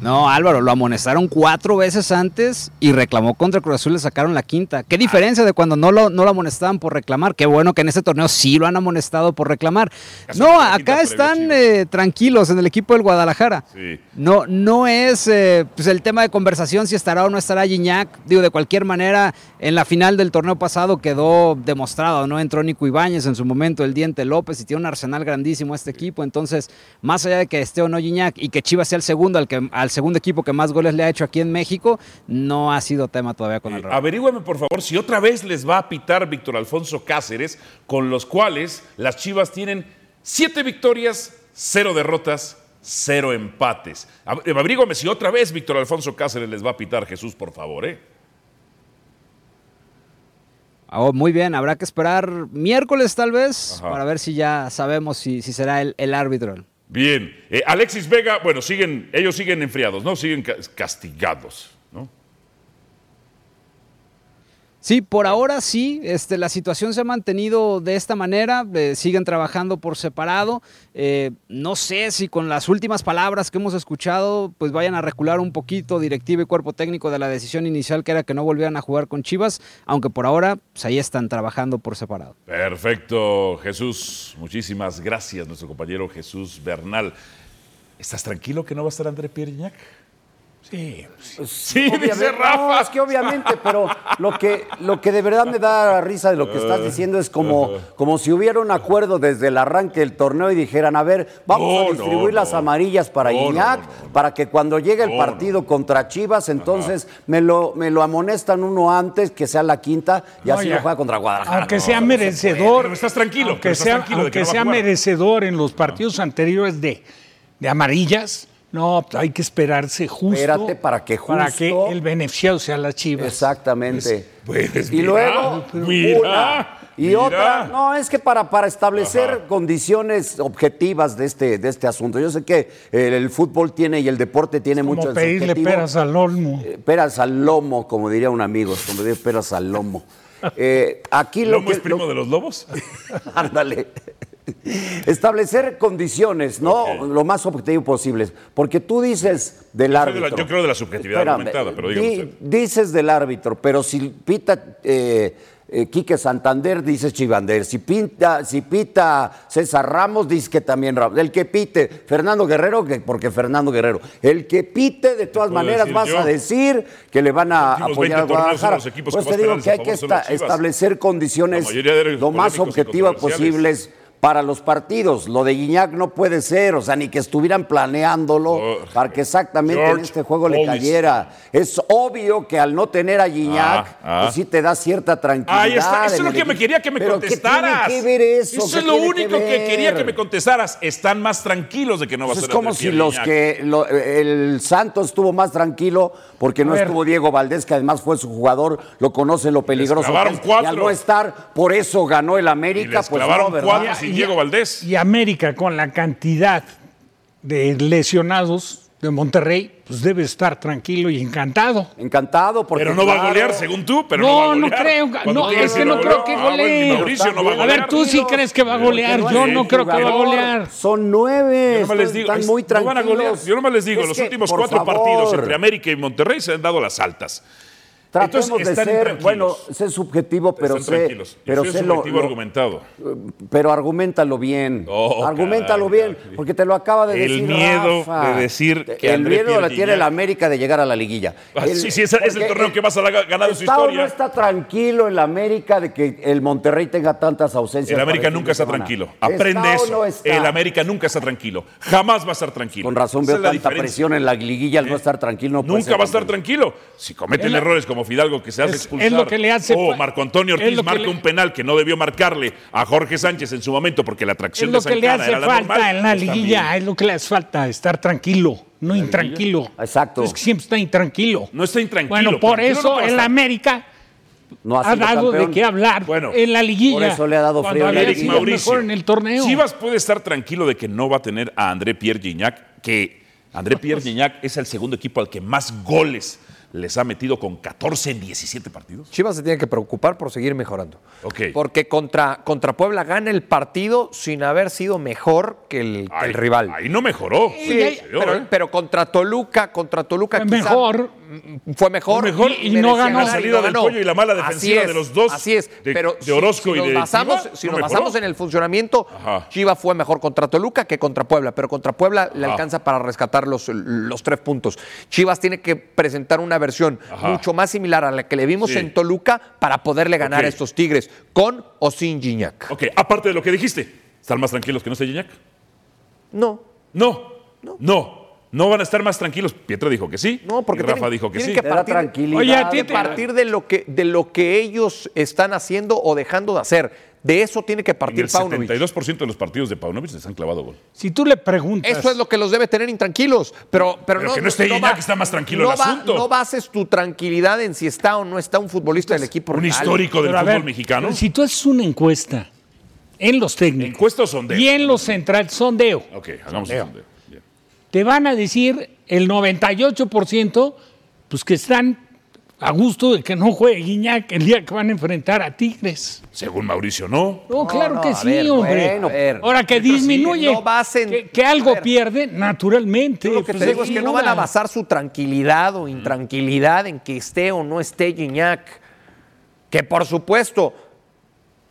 C: No, Álvaro, lo amonestaron cuatro veces antes y reclamó contra Cruz Azul, le sacaron la quinta. Qué diferencia de cuando no lo, no lo amonestaban por reclamar. Qué bueno que en este torneo sí lo han amonestado por reclamar. No, acá están eh, tranquilos en el equipo del Guadalajara.
A: Sí.
C: No, no es eh, pues el tema de conversación si estará o no estará Gignac. Digo, de cualquier manera, en la final del torneo pasado quedó demostrado, ¿no? Entró Nico Ibáñez en su momento, el Diente López, y tiene un arsenal grandísimo este equipo. Entonces, más allá de que esté o no Gignac y que Chivas sea el segundo, al, que, al segundo equipo que más goles le ha hecho aquí en México, no ha sido tema todavía
A: Eh,
C: con el Real.
A: Averígüeme, por favor, si otra vez les va a pitar Víctor Alfonso Cáceres, con los cuales las Chivas tienen siete victorias, cero derrotas, cero empates. Ab- eh, Averígüeme si otra vez Víctor Alfonso Cáceres les va a pitar, Jesús, por favor, ¿eh?
C: Oh, muy bien, habrá que esperar miércoles tal vez para ver si ya sabemos si, si será el, el árbitro.
A: Bien. Eh, Alexis Vega, bueno, siguen, ellos siguen enfriados, ¿no? Siguen ca- castigados, ¿no?
C: Sí, por ahora sí, este, la situación se ha mantenido de esta manera, eh, siguen trabajando por separado. eh, no sé si con las últimas palabras que hemos escuchado, pues vayan a recular un poquito directiva y cuerpo técnico de la decisión inicial que era que no volvieran a jugar con Chivas, aunque por ahora pues ahí están trabajando por separado.
A: Perfecto, Jesús. Muchísimas gracias, nuestro compañero Jesús Bernal. ¿Estás tranquilo que no va a estar André Pierre Gignac?
I: Sí.
A: Sí,
K: Obviamente-
A: dice Rafa.
K: no, es que obviamente, pero lo que, lo que de verdad me da risa de lo que estás diciendo es como, como si hubiera un acuerdo desde el arranque del torneo y dijeran, a ver, vamos
A: No,
K: a distribuir
A: no,
K: las amarillas para
A: No, no,
K: Iñak, para que cuando llegue el partido contra Chivas, entonces me lo, me lo amonestan uno antes, que sea la quinta, y
I: No,
K: así
I: ya.
K: no juega contra Guadalajara.
I: Aunque
K: No,
I: sea
K: no se
I: merecedor.
K: puede.
A: estás tranquilo,
I: Aunque
A: pero estás
I: sea,
A: tranquilo de que
I: aunque
A: no va a
I: sea
A: jugar.
I: merecedor en los partidos anteriores de, de amarillas, no, pues hay que esperarse justo.
K: Espérate para que
I: Para
K: justo-
I: que el beneficiado sea las chivas.
K: Exactamente. y
I: mira,
K: luego,
I: mira,
K: una y
I: mira.
K: otra. No, es que para, para establecer condiciones objetivas de este, de este asunto. Yo sé que eh, el, fútbol tiene y el deporte tiene
I: como
K: mucho de
I: pedirle
K: subjetivo.
I: peras al olmo.
K: Eh, peras al lomo, como diría un amigo, como diría peras
I: [laughs]
K: al lomo. Eh, aquí lo
A: ¿Lomo
K: que-
A: es primo
K: lo-
C: [laughs]
A: de los lobos?
K: Ándale.
C: Establecer condiciones, ¿no? Lo más objetivo posible. Porque tú dices del
A: Yo soy de la-
C: árbitro.
A: yo creo de la subjetividad
C: Espérame,
A: aumentada, pero
C: di-
A: dígame usted.
C: Dices del árbitro, pero si pita eh, eh, Quique Santander, dices Chivander. Si, pinta, si pita César Ramos, dices que también Ramos. El que pite Fernando Guerrero, que, porque Fernando Guerrero. El que pite, de todas
A: puedo
C: maneras,
A: decir
C: vas
A: yo.
C: a decir que le van a
A: Los últimos 20 torneos
C: apoyar a
A: son
C: Guadalajara.
A: los equipos
C: Pues
A: que
C: te
A: más
C: digo
A: penales
C: que hay
A: han
C: que
A: tomado son las
C: esta-
A: Chivas.
C: establecer condiciones
A: La mayoría de los
C: lo más
A: polémicos y
C: objetivas
A: controversiales.
C: posibles para los partidos. Lo de Guiñac no puede ser, o sea, ni que estuvieran planeándolo para que exactamente
A: Oh, George
C: en este juego le
A: Hollis.
C: cayera. Es obvio que al no tener a Guiñac,
A: Ah, ah.
C: pues sí te da cierta
A: [laughs]
C: tranquilidad.
A: Ahí está, eso es
C: en
A: lo
C: el
A: que me
C: equipo.
A: quería que me
C: Ah, Pero ¿qué
A: contestaras.
C: tiene que ver eso? ¿Qué
A: es lo
C: tiene
A: único que,
C: ver?
A: quería que me contestaras. Están más tranquilos de que no va a
C: Pues
A: ser
C: es como si los que lo- el Santos estuvo más tranquilo porque no
A: A ver.
C: estuvo Diego Valdés, que además fue su jugador, lo conoce lo peligroso. que
A: clavaron
C: es, Y al
A: cuatro.
C: no estar, por eso ganó el América.
A: Y les
C: pues
A: clavaron
C: no, ¿verdad?
K: ah,
A: cuatro sin Diego Valdés.
I: Y América, con la cantidad de lesionados de Monterrey, pues debe estar tranquilo y encantado.
C: Encantado, porque.
A: Pero no va a golear, según tú, pero no,
I: no,
A: va a golear.
I: creo.
A: Cuando
I: No,
A: tú digas
I: es que no
A: goleó,
I: creo que
A: ah, bueno, y
I: golee.
A: Mauricio no va a
I: a
A: golear.
I: ver, tú sí crees que va a golear.
A: Porque
I: Yo
A: es
I: no creo que va a
A: jugador.
I: golear.
C: Son nueve.
A: Yo nomás les digo, es- no van a golear. Yo nomás les digo,
C: Es
A: los
C: que,
A: últimos
C: por
A: cuatro
C: favor,
A: partidos entre América y Monterrey se han dado las altas.
C: Tratemos
A: Entonces,
C: de
A: están
C: ser,
A: tranquilos.
C: bueno, sé subjetivo, pero
A: Están
C: sé,
A: tranquilos. Yo
C: pero
A: soy
C: sé
A: un
C: lo-
A: subjetivo
C: lo-
A: argumentado.
C: pero argumentalo bien,
A: Oh,
C: argumentalo
A: caray,
C: bien, porque te lo acaba de
A: El
C: decir
A: miedo
C: Rafa.
A: de decir que
C: el
A: André
C: miedo la
A: Pierre
C: tiene
A: Guignac-
C: la América de llegar a la liguilla.
A: Ah,
C: El-
A: sí, sí, ese es el
C: porque
A: torneo que más ha ganado en su
C: Está o no
A: historia.
C: está tranquilo en la América de que el Monterrey tenga tantas ausencias.
A: El
C: para
A: América
C: fin de
A: nunca está
C: semana?
A: tranquilo.
C: ¿Está
A: Aprende
C: o
A: eso.
C: no está?
A: El América nunca está tranquilo. Jamás va a estar tranquilo.
C: Con razón
A: Esa
C: veo
A: es la
C: tanta
A: diferencia. Eh,
C: presión en la liguilla al no estar tranquilo. pues, no puede
A: Nunca
C: ser
A: va a estar tranquilo. Si cometen
I: Es la-
A: errores como Fidalgo que se hace
I: es- es
A: expulsar.
I: lo que le hace
A: O
I: fa-
A: Marco Antonio Ortiz
I: es lo que
A: marca
I: le-
A: un penal que no debió marcarle a Jorge Sánchez en su momento porque la
I: Es
A: atracción
I: lo
A: de
I: que le
A: Zancada
I: hace
A: era la
I: falta
A: normal. pues
I: en la
A: Está
I: liguilla,
A: bien.
I: es lo que le hace falta, estar tranquilo, no intranquilo.
C: Exacto.
I: Es que siempre está intranquilo.
A: No está intranquilo.
I: Bueno, por
A: tranquilo pues, no
I: eso
A: va a
I: el
A: estar.
I: América
C: No
I: ha
C: sido
I: dado
C: campeón.
I: de qué hablar
A: Bueno,
I: en la liguilla.
C: por eso le ha dado
I: cuando
C: frío a la
I: había
A: Eric
I: sido
A: Mauricio.
I: mejor en el torneo.
A: Chivas puede estar tranquilo de que no va a tener a André Pierre Gignac, que André Pierre Gignac es el segundo equipo al que más goles les ha metido con 14 en 17 partidos.
J: Chivas se tiene que preocupar por seguir mejorando.
A: Ok.
J: Porque contra, contra Puebla gana el partido sin haber sido mejor que el, que el rival.
A: Ahí no mejoró.
J: Sí, pero,
A: ¿eh?
J: pero contra Toluca, contra Toluca
I: Fue
J: quizá
I: mejor.
J: mm, fue mejor,
I: Fue mejor y
J: merecía
I: no ganó.
J: ganar
A: la
J: y
A: salida
J: no
A: del
J: ganó.
A: pollo y la mala
J: Así
A: defensiva
J: es,
A: de los dos,
J: Así es,
A: de-
J: pero
A: de Orozco
J: si,
A: y
J: si
A: de
J: nos basamos,
A: Chivas,
J: si
A: no
J: nos
A: mejoró.
J: basamos en el funcionamiento,
A: Ajá.
J: Chivas fue mejor contra Toluca que contra Puebla, pero contra Puebla le
A: Ajá.
J: alcanza para rescatar los, los tres puntos. Chivas tiene que presentar una versión
A: Ajá.
J: mucho más similar a la que le vimos
A: Sí.
J: en Toluca para poderle ganar
A: Ok.
J: a estos Tigres, con o sin Gignac.
A: Ok, aparte de lo que dijiste, ¿están más tranquilos que no esté Gignac?
J: No,
A: No, no, no. van a estar más tranquilos. Pietra dijo que sí.
J: No, porque
A: y Rafa
J: tienen-
A: dijo que
J: tienen
A: sí.
J: que partir,
C: tranquilidad.
I: Oye, a ti
J: de
I: te-
J: partir de lo que de lo que ellos están haciendo o dejando de hacer. De eso tiene que
A: En el
J: partir Paunovic.
A: 72% de los partidos de Paunovic les han clavado gol.
I: Si tú le preguntas.
J: Eso es lo que los debe tener intranquilos. Pero, pero,
A: Pero que no esté Gignac,
J: va-
A: que está más tranquilo
J: no
A: el
J: va-
A: asunto.
J: No bases tu tranquilidad en si está o no está un futbolista del equipo.
A: Un
J: real.
A: histórico del
I: Pero a
A: fútbol
I: ver,
A: mexicano.
I: Si tú haces una encuesta en los técnicos
A: Encuestas son de.
I: y en los centrales, sondeo,
A: Ok, hagamos un sondeo. Bien.
I: te van a decir el 98% pues que están a gusto de que no juegue Guiñac el día que van a enfrentar a Tigres.
A: Según Mauricio, no.
I: No, claro
J: no,
I: que
J: a
I: sí,
J: ver,
I: hombre.
J: bueno, a ver.
I: Ahora que
J: Pero sí,
I: disminuye,
J: no basen-
I: que, que
J: a
I: algo
J: ver.
I: pierde, naturalmente.
J: Yo lo que
I: pues,
J: te digo es
I: sin
J: que no van a
I: duda.
J: basar su tranquilidad o intranquilidad en que esté o no esté Gignac. Que por supuesto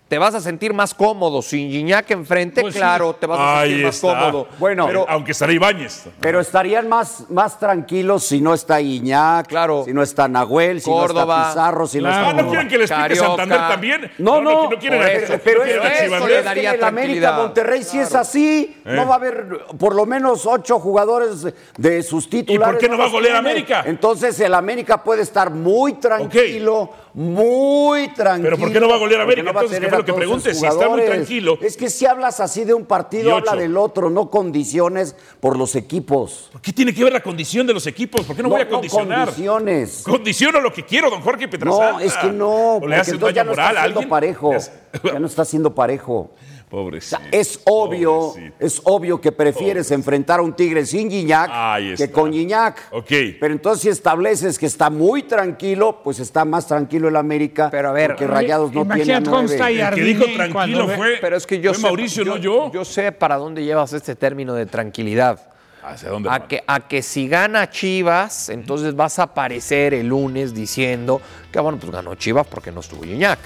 J: te vas a sentir más cómodo sin Gignac enfrente,
I: Pues sí.
J: claro, te vas a sentir
A: Ahí
J: más
A: está.
J: cómodo.
C: Bueno,
J: pero
A: Aunque estará Ibáñez.
C: Pero estarían más, más tranquilos si no está Iñac,
J: Claro.
C: si no está Nahuel, si no
J: Córdoba.
C: está Pizarro, si
I: Claro.
C: no
A: Ah,
C: está...
A: ¿no quieren que les explique
J: Carioca.
A: Santander también?
C: No, no,
A: No quieren
J: por
A: a-
J: eso,
A: no
C: Pero
A: quieren
C: eso,
A: a
J: eso
C: eso
A: Chivas.
J: le
C: le
J: daría
C: daría en el América
J: tranquilidad.
C: Monterrey si es así,
A: Eh.
C: no va a haber por lo menos ocho jugadores de sus titulares.
A: por qué no va a
C: los
A: golear
C: tiene.
A: América?
C: Entonces el América puede estar muy tranquilo, muy tranquilo.
A: ¿por qué no va a golear
C: porque
A: América?
C: no va a
A: Entonces, ¿qué
C: tener
A: fue
C: a
A: lo que
C: todos sus
A: pregunté? Si está muy
C: jugadores.
A: tranquilo.
C: Es que si hablas así de un
A: Y
C: partido, habla
A: ocho.
C: del otro, no condiciones por los equipos.
A: ¿Por qué tiene que ver la condición de los equipos? ¿Por qué no, voy a condicionar?
C: condiciones.
A: Condiciono lo que quiero, don Jorge Petrasanta.
C: No, es que
A: ¿O
C: no,
A: le
C: porque
A: hace un daño
C: entonces ya no
A: moral
C: está
A: a
C: siendo
A: alguien?
C: parejo.
A: Le hace-
C: Ya no está siendo parejo.
A: [laughs] Pobrecito.
C: Es obvio, es obvio que prefieres enfrentar a un tigre sin Guiñac que con Guiñac. Pero entonces si estableces que está muy tranquilo, pues está más tranquilo el América. Pero a ver, porque Rayados no tiene a nueve.
A: El que dijo tranquilo fue,
J: pero es que yo
A: fue
J: sé,
A: Eh, Mauricio,
J: yo,
A: no yo.
J: Yo sé para dónde llevas este término de tranquilidad.
A: ¿Hacia dónde?
J: A que, a que si gana Chivas, entonces vas a aparecer el lunes diciendo que, bueno, pues ganó Chivas porque no estuvo Iñak.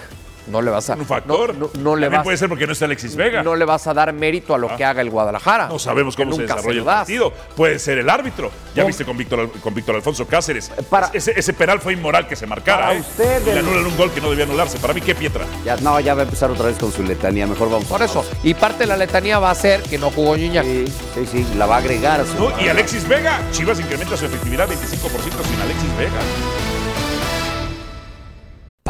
J: No le vas a. Un factor. No, no- no le
A: También
J: vas,
A: puede ser porque no está Alexis Vega. Ah.
J: No le vas a dar mérito a lo que haga el Guadalajara.
A: No sabemos
J: porque
A: cómo se
J: Ah, nunca
A: desarrolla
J: lo
A: el
J: das.
A: partido. Puede ser el árbitro. Ya viste con Víctor, Al- con Víctor Alfonso Cáceres. ese, ese penal fue inmoral que se marcara.
C: Para
A: ¿eh?
C: usted,
A: Y
C: el-
A: le anulan un gol que no debía anularse. Para mí, qué pietra.
C: Ya, no, ya va a empezar otra vez con su letanía. Mejor vamos.
J: Por eso. Y parte de la letanía va a ser que no jugó Iñak.
C: Sí, sí, sí, la va a agregar. a su-
A: No, y Alexis Vega. Chivas incrementa su efectividad 25% sin Alexis Vega.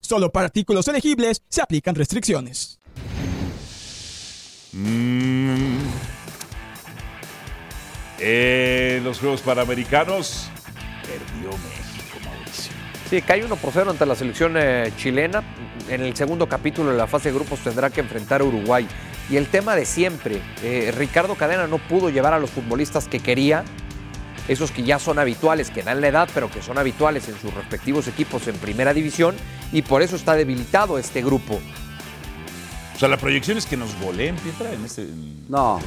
L: Solo para artículos elegibles se aplican restricciones.
A: Mm. Eh, los Juegos Panamericanos. Perdió México, Mauricio.
J: Sí, cae uno por cero ante la selección eh, chilena. En el segundo capítulo de la fase de grupos tendrá que enfrentar a Uruguay. Y el tema de siempre, eh, Ricardo Cadena no pudo llevar a los futbolistas que quería, esos que ya son habituales, que dan la edad, pero que son habituales en sus respectivos equipos en primera división, y por eso está debilitado este grupo.
A: O sea, la proyección es que nos goleen, Pietra, en este. en-
C: No.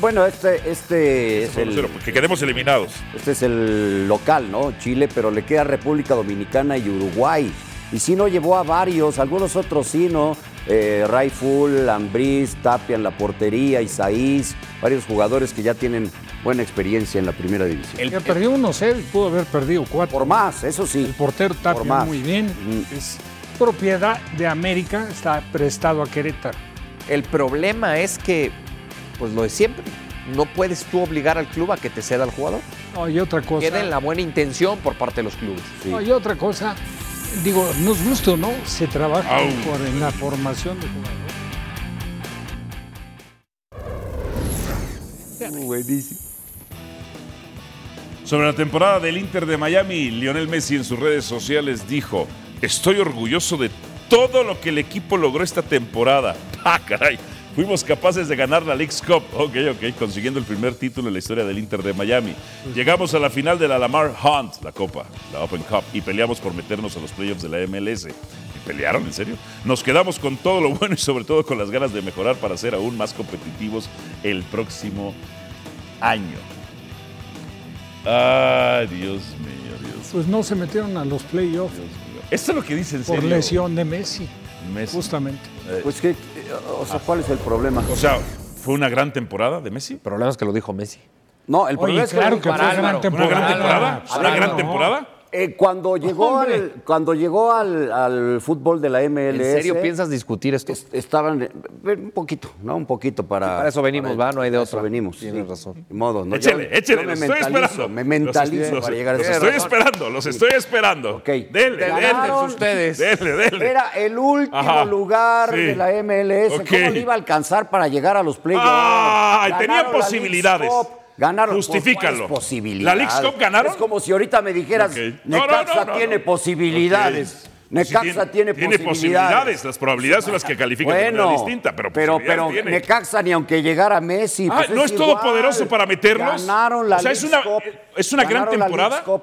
C: Bueno, este, este es
A: Solo
C: el.
A: cero, porque quedemos eliminados.
C: Este es el local, ¿no? Chile, pero le queda República Dominicana y Uruguay. Y si no llevó a varios, algunos otros sí, ¿no? Eh, Raiful, Ambriz, Tapia en la portería, Isaís, varios jugadores que ya tienen buena experiencia en la primera división.
I: Ya perdió 1-0 y pudo haber perdido 4.
C: Por más, eso sí.
I: El portero Tapia
C: Por más. Mm.
I: muy bien. Es propiedad de América, está prestado a Querétaro.
J: El problema es que, pues lo de siempre, no puedes tú obligar al club a que te ceda al jugador.
I: No, y otra cosa.
J: Queda en la buena intención por parte de los clubes.
I: No, y otra cosa, digo, nos gusta o no, se trabaja
J: Au.
I: por- en la formación de jugadores.
J: Uh,
C: Buenísimo.
A: Sobre la temporada del Inter de Miami, Lionel Messi en sus redes sociales dijo: Estoy orgulloso de todo lo que el equipo logró esta temporada. [laughs] ¡Ah, caray! Fuimos capaces de ganar la League's Cup. Ok, ok, consiguiendo el primer título en la historia del Inter de Miami. Llegamos a la final de la Lamar Hunt, la Copa, la Open Cup, y peleamos por meternos a los playoffs de la MLS. ¿Y pelearon, en serio? Nos quedamos con todo lo bueno y sobre todo con las ganas de mejorar para ser aún más competitivos el próximo año. Ay, Dios mío, Dios.
I: Pues no se metieron a los playoffs
A: Esto es lo que dicen,
I: por lesión de Messi,
A: Messi.
I: justamente.
C: Pues que, o sea, ¿cuál es el problema?
A: O sea, ¿fue una gran temporada de Messi? El
J: problema es que lo dijo Messi.
C: No, el problema
A: Oye,
C: es que
A: claro que fue una gran temporada. ¿Una gran temporada?
C: A
A: ¿Una
C: ver,
A: gran
C: no.
A: temporada?
C: Eh, cuando llegó,
A: hombre.
C: al, cuando llegó al, al fútbol de la MLS.
J: serio piensas discutir esto?
C: estaban eh, un poquito, ¿no? Un poquito para.
J: para eso venimos, va, no hay de
C: para eso
J: otra.
C: venimos.
J: Tienes
C: sí.
J: razón.
C: De modo, ¿no?
A: échele,
C: Yo-
A: échele,
C: yo
A: los
C: me
A: estoy
C: mentalizo,
A: esperando.
C: Me mentalizo
A: Los,
C: para llegar a
A: los
C: esa
A: estoy
C: razón.
A: esperando, los estoy esperando. Ok. Dele, dele.
C: Ganaron.
A: Dele, dele.
C: Era el último
A: Ajá,
C: lugar
A: sí.
C: de la MLS.
A: Ok.
C: ¿Cómo le iba a alcanzar para llegar a los playoffs?
A: Ay,
C: Ganaron
A: tenía
C: la Leagues
A: posibilidades.
C: Cup, Ganaron Pues,
A: Justifícalo.
C: ¿cuáles posibilidades.
A: ¿La Leagues Cup ganaron?
C: Es como si ahorita me dijeras,
A: Ok. No, no,
C: Necaxa
A: no, no,
C: tiene
A: no.
C: posibilidades.
A: Ok.
C: Necaxa
A: Sí,
C: tiene, posibilidades.
A: Las probabilidades son las que califican de manera
C: Bueno,
A: distinta, pero
C: pero,
A: posibilidades
C: pero
A: tiene.
C: Necaxa ni aunque llegara Messi.
A: Ah,
C: pues
A: ¿no es
C: igual.
A: todopoderoso para meternos?
C: Ganaron la
A: O sea, es
C: Leagues
A: una-
C: Cup.
A: es una gran
C: Ganaron la
A: temporada.
C: Leagues Cup.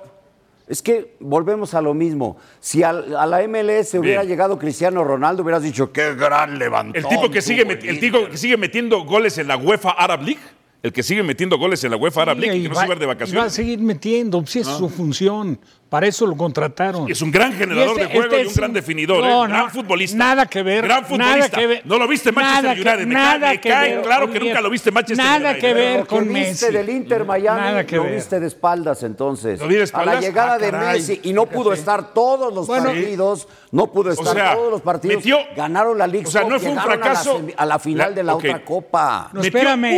C: Es que volvemos a lo mismo. Si al- a la MLS hubiera
A: Bien.
C: llegado Cristiano Ronaldo, hubieras dicho, qué gran levantón.
A: El tipo que sigue, met- el tipo que sigue metiendo goles en la UEFA Arab League. el que sigue metiendo goles en la UEFA Arab League y que no
I: va-
A: se va a ir de
I: y Va a
A: vacaciones.
I: seguir metiendo, si es
A: Ah.
I: su función. Para eso lo contrataron.
A: Es un gran generador
I: Y este-
A: de juego
I: este
A: y un
I: es
A: gran definidor,
I: No,
A: ¿eh? gran
I: no,
A: futbolista.
I: Nada que ver.
A: Gran
I: Nada
A: futbolista.
I: que ver.
A: ¿No lo viste en Manchester
I: Nada que-
A: United? Me cae-
I: nada
A: me
I: que
A: cae
I: ver,
A: claro que
I: Olivier.
A: nunca lo viste en Manchester
I: Nada
A: United. ¿eh?
I: que ver
C: Lo
I: con
C: que viste
I: Messi.
C: del Inter Miami
I: Nada que
C: lo
I: ver.
C: viste de espaldas entonces.
A: ¿Lo vi de
C: A
A: espaldas?
C: la llegada
A: Ah,
C: de
A: caray.
C: Messi y no pudo estar todos los
A: Bueno,
C: partidos, no pudo
A: O
C: estar
A: sea,
C: todos los partidos.
A: metió-
C: ganaron la League
A: o sea,
C: Cup,
A: no fue un
C: llegaron a la
A: fracaso.
C: semi- A la, final
A: La-
C: de la
A: ok.
C: otra copa.
I: No, espérame.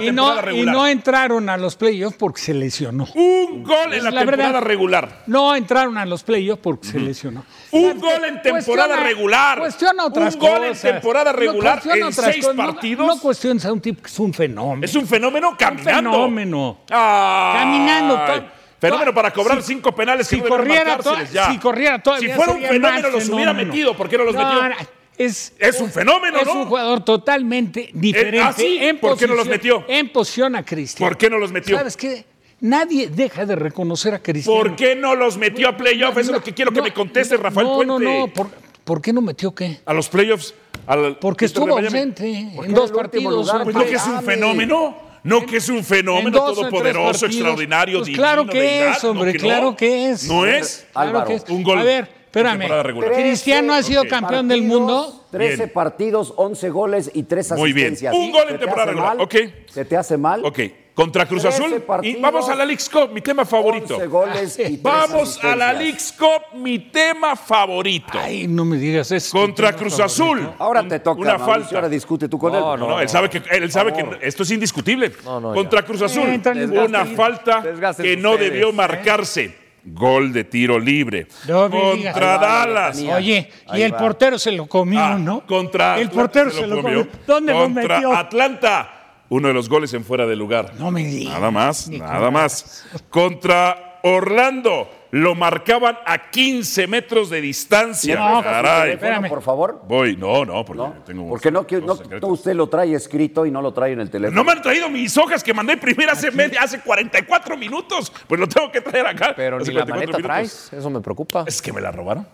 I: y, no, y no entraron a los playoffs porque se lesionó.
A: Un gol en la, temporada regular.
I: No entraron a los playoffs porque se lesionó.
A: Un gol en temporada
I: Cuestiona-
A: regular.
I: Cuestiona otras
A: Un gol
I: cosas.
A: en temporada
I: No
A: regular
I: cuestiona
A: en
I: otras
A: seis
I: cosas. No-
A: partidos.
I: No, cuestiones a un tipo que es un fenómeno.
A: Es un fenómeno caminando.
I: fenómeno.
A: Ay,
I: Caminando, to-
A: Fenómeno
I: to-
A: para cobrar
I: si-
A: cinco penales que
I: si
A: no debieron
I: corriera, to-
A: marcárseles ya.
I: si corriera todavía
A: Si fuera un
I: sería
A: fenómeno,
I: más
A: los hubiera
I: fenómeno.
A: metido. ¿Por qué no los metió?
I: no, es,
A: Es un fenómeno,
I: Es
A: ¿no?
I: un jugador totalmente diferente.
A: Eh, ¿ah, sí?
I: en
A: ¿Por qué no los
I: posición-
A: metió?
I: En posición a Cristiano.
A: ¿Por qué no los metió?
I: ¿Sabes qué? Nadie deja de reconocer a Cristiano.
A: ¿Por qué no los metió a playoff? Eso es lo que quiero que me conteste Rafael
I: no,
A: Puente.
I: no, no. ¿Por, por qué no metió qué?
A: A los playoffs. Al
I: Porque
A: Inter
I: estuvo
A: de Miami.
I: ausente
A: ¿Por qué
I: en dos
A: era el último
I: partidos.
A: lugar?
I: en
A: Pues no que es un
I: Miami.
A: fenómeno. No que es un
I: En
A: fenómeno
I: dos o en tres
A: todopoderoso,
I: partidos.
A: extraordinario,
I: Pues
A: divino,
I: claro que
A: deidad,
I: es,
A: ¿no
I: hombre,
A: que no?
I: claro que es.
A: No es.
I: Claro
C: Álvaro,
I: que es.
A: un gol
I: A ver,
A: en
I: espérame.
A: temporada regular.
I: Cristiano ha sido
A: Ok.
I: campeón del mundo.
C: 13
A: Bien.
C: partidos, 11 goles y 3
A: Muy bien.
C: asistencias.
A: Un gol en
C: ¿Se te
A: temporada
C: hace
A: regular,
C: mal?
A: ok.
C: ¿Se te hace mal?
A: Ok, contra Cruz
C: 13
A: Azul. Y
C: partidos,
A: vamos a la Leagues Cup, mi tema favorito.
C: 11 goles y tres
A: Vamos a la
C: asistencias.
A: Leagues Cup, mi tema favorito.
I: Ay, no me digas eso.
A: contra Cruz Azul.
C: Ahora te toca,
A: Una
C: Mauricio,
A: falta.
C: ahora discute tú con él.
A: No, él sabe que, él sabe que esto es indiscutible. Contra Cruz Azul,
I: Eh, entra en desgaste.
A: una falta
I: Desgasten
A: que no
I: ustedes,
A: debió
I: ¿eh?
A: marcarse. Gol de tiro libre.
I: No me digas.
A: contra
I: Ahí va,
A: Dallas.
I: Oye, y el portero se lo comió, ¿no?
A: Ah, Contra
I: El
A: Atlanta
I: portero se lo comió. ¿Dónde lo
A: contra
I: metió?
A: Atlanta. Uno de los goles en fuera de lugar.
I: No me digas.
A: Nada más, nada más. Contra Orlando. Lo marcaban a 15 metros de distancia.
C: No,
A: Caray.
C: Espérame. Por favor.
A: Voy, no, no, porque tengo un.
C: Porque no, que- no- no usted lo trae escrito y no lo trae en el teléfono.
A: No me han traído mis hojas que mandé primero hace, media- hace 44 minutos. Pues lo tengo que traer acá.
J: Pero
A: Hace
J: ni la
A: 44
J: maleta
A: minutos.
J: traes, eso me preocupa.
A: Es que me la robaron.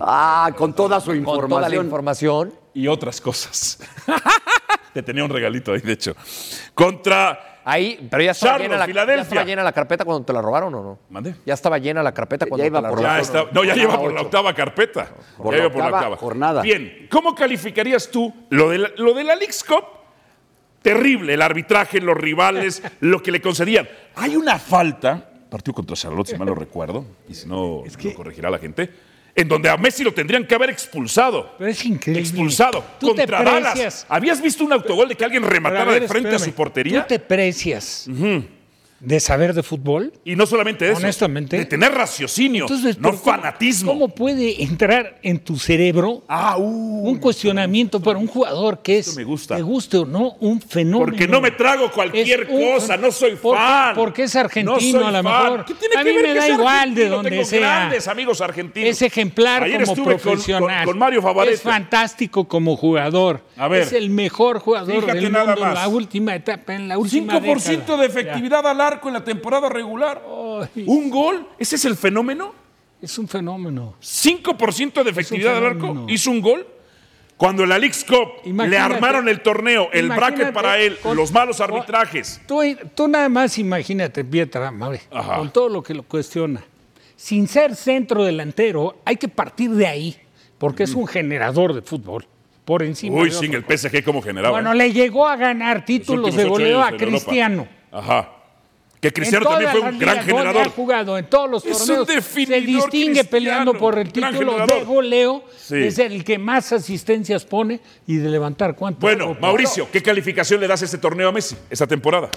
C: Ah, con toda su información.
J: Con toda la información.
A: Y otras cosas. [laughs] Te tenía un regalito ahí, de hecho. Contra.
J: Ahí, pero ya estaba,
A: Charlo,
J: llena la, ya
A: Filadelfia.
J: estaba llena la carpeta cuando te la robaron o no.
A: ¿Mande?
J: Ya estaba llena la carpeta cuando
C: iba
J: te la
C: por
J: robaron.
A: Ya está- no, ya lleva por la octava carpeta.
C: Por
A: ya
C: la
A: lleva por la
C: octava
A: octava.
C: jornada.
A: Bien, ¿cómo calificarías tú lo de la, lo de la Leagues Cup? Terrible el arbitraje, los
C: [laughs]
A: rivales, lo que le concedían. Hay una falta, partido contra Charlotte, si mal lo recuerdo, y si no, lo corregirá la gente, en donde a Messi lo tendrían que haber expulsado.
I: Pero es increíble.
A: Expulsado
I: Tú te
A: contra Dallas.
I: precias.
A: ¿Habías visto un autogol de que alguien rematara
I: Pero a ver,
A: de frente a
I: espérame,
A: su portería?
I: ¿Tú te precias de saber de fútbol?
A: Y no solamente eso.
I: Honestamente.
A: De tener raciocinio,
I: Entonces,
A: no
I: ¿pero cómo-
A: fanatismo. Ah,
I: ¿Cómo puede entrar en tu cerebro
A: uh.
I: un cuestionamiento para un jugador que es,
A: me gusta.
I: te guste o no, un fenómeno?
A: Porque no me trago cualquier
I: Es un-
A: cosa, no soy
I: porque-
A: fan.
I: Porque es argentino,
A: No soy
I: a lo
A: fan.
I: mejor.
A: ¿Qué tiene
I: a
A: que
I: mí
A: ver
I: me
A: que
I: da
A: sea
I: igual de
A: argentino?
I: donde
A: Tengo
I: sea.
A: grandes amigos argentinos.
I: Es ejemplar
A: Ayer
I: como
A: estuve con-
I: profesional.
A: Con, con Mario Favarese.
I: Es fantástico como jugador.
A: A ver.
I: es el mejor jugador
A: Fíjate
I: del
A: nada
I: mundo en
A: más.
I: la última etapa, en la
A: 5%
I: última década.
A: de efectividad al arco en la temporada regular.
I: Ay.
A: ¿Un gol? ¿Ese es el fenómeno?
I: Es un fenómeno.
A: 5% de efectividad al arco.
I: fenómeno.
A: Hizo un gol. Cuando la Leagues Cup le
I: Imagínate.
A: armaron el torneo, el bracket
I: Imagínate
A: para él,
I: con-
A: los malos arbitrajes.
I: Tú, tú nada más imagínate, Pietra, Mabe,
A: Ajá.
I: con todo lo que lo cuestiona. Sin ser centro delantero, hay que partir de ahí, porque es un generador de fútbol. Por encima.
A: Uy,
I: de
A: sin
I: otro.
A: el PSG, ¿cómo generaba?
I: Bueno,
A: eh?
I: le llegó a ganar títulos
A: últimos
I: de
A: ocho
I: goleo
A: años
I: a
A: en Europa.
I: Cristiano.
A: Ajá. Que Cristiano
I: En
A: también
I: todas
A: fue
I: las
A: un gran
I: ligas donde
A: generador.
I: ha jugado en todos los
A: Es un
I: torneos. se
A: definidor
I: distingue
A: cristiano,
I: peleando por el
A: gran
I: título
A: generador.
I: de goleo.
A: Sí.
I: Es el que más asistencias pone y de levantar cuánto.
A: Bueno, Mauricio, ¿qué calificación le das a este torneo a Messi esta temporada?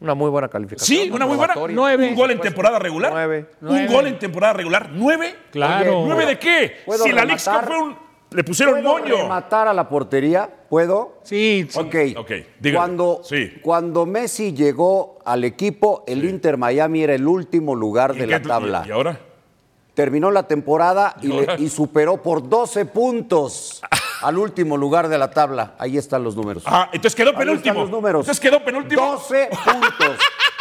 J: Una muy buena calificación.
A: Sí, una muy buena.
J: probatoria.
I: Nueve.
A: Un gol en temporada regular.
J: Nueve.
A: Un gol en temporada regular. ¿Nueve?
I: Claro.
A: ¿Nueve de qué?
C: ¿Puedo
A: Si la League
C: rematar?
A: fue un. Le pusieron
C: ¿Puedo
A: moño.
C: rematar a la portería? ¿Puedo?
I: Sí, sí.
C: Ok.
A: Ok, dígame.
C: Cuando,
A: Sí.
C: cuando Messi llegó al equipo, el Inter Miami era el último lugar de la
A: ¿Y-
C: tabla.
A: ¿Y ahora?
C: Terminó la temporada y,
A: ¿Y ahora?
C: le- y superó por
A: [laughs]
C: 12 puntos al último lugar de la tabla. Ahí están los números.
A: Ah, entonces quedó
C: Ahí están
A: penúltimo.
C: los
A: [laughs]
C: números.
A: Entonces quedó penúltimo.
C: 12 puntos.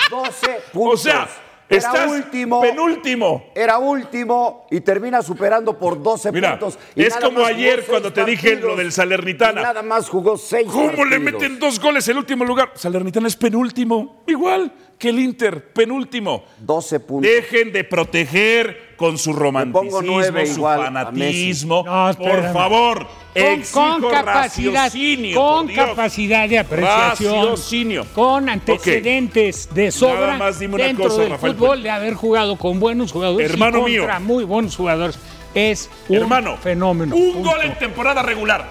C: 12 puntos.
A: O sea, Estás penúltimo.
C: Era último y termina superando por 12 puntos. y
A: es
C: nada
A: como
C: más
A: ayer
C: jugó
A: cuando te
C: seis
A: dije lo
C: partidos.
A: del Salernitana.
C: Y nada más jugó seis
A: ¿Cómo le
C: partidos?
A: meten dos goles el último lugar? Salernitana es penúltimo, igual que el Inter, penúltimo.
C: 12 puntos.
A: Dejen de proteger con su romanticismo,
C: nueve
A: su
C: igual a
A: fanatismo.
C: Messi. No,
A: por
I: espérame.
A: favor, exijo
I: con, con capacidad,
A: raciocinio,
I: con
A: por Dios.
I: capacidad de apreciación,
A: Raciocinio.
I: con antecedentes de sobra
A: Nada más dime una
I: dentro
A: cosa,
I: del
A: Rafael
I: fútbol de haber jugado con buenos jugadores, y
A: Hermano mío.
I: contra muy buenos jugadores es un
A: Hermano,
I: fenómeno.
A: Un
I: punto.
A: gol en temporada regular.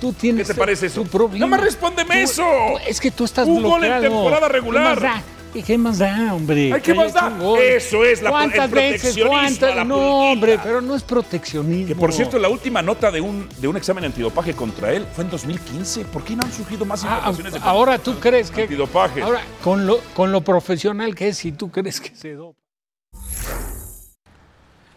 I: Tú tienes
A: ¿Qué te parece eso?
I: tu problema.
A: Nada más respóndeme
I: Tú-
A: eso.
I: tú- Es que tú estás
A: Un gol en
I: bloqueado.
A: temporada regular.
I: ¿Qué más da? ¿Y ¿Qué más da, hombre?
A: Ay, ¿qué
I: haya
A: más da?
I: hecho un gol.
A: Eso es la- el
I: ¿Cuántas veces?
A: proteccionismo,
I: ¿Cuántas?
A: la
I: No, hombre, pero no es proteccionismo.
A: Que por cierto, la última nota de un, de un examen antidopaje contra él fue en 2015. ¿Por qué no han surgido más informaciones de
I: Ah, ahora tú crees que
A: antidopaje?
I: Ahora, con lo, con lo profesional que es, si tú crees que se dopa.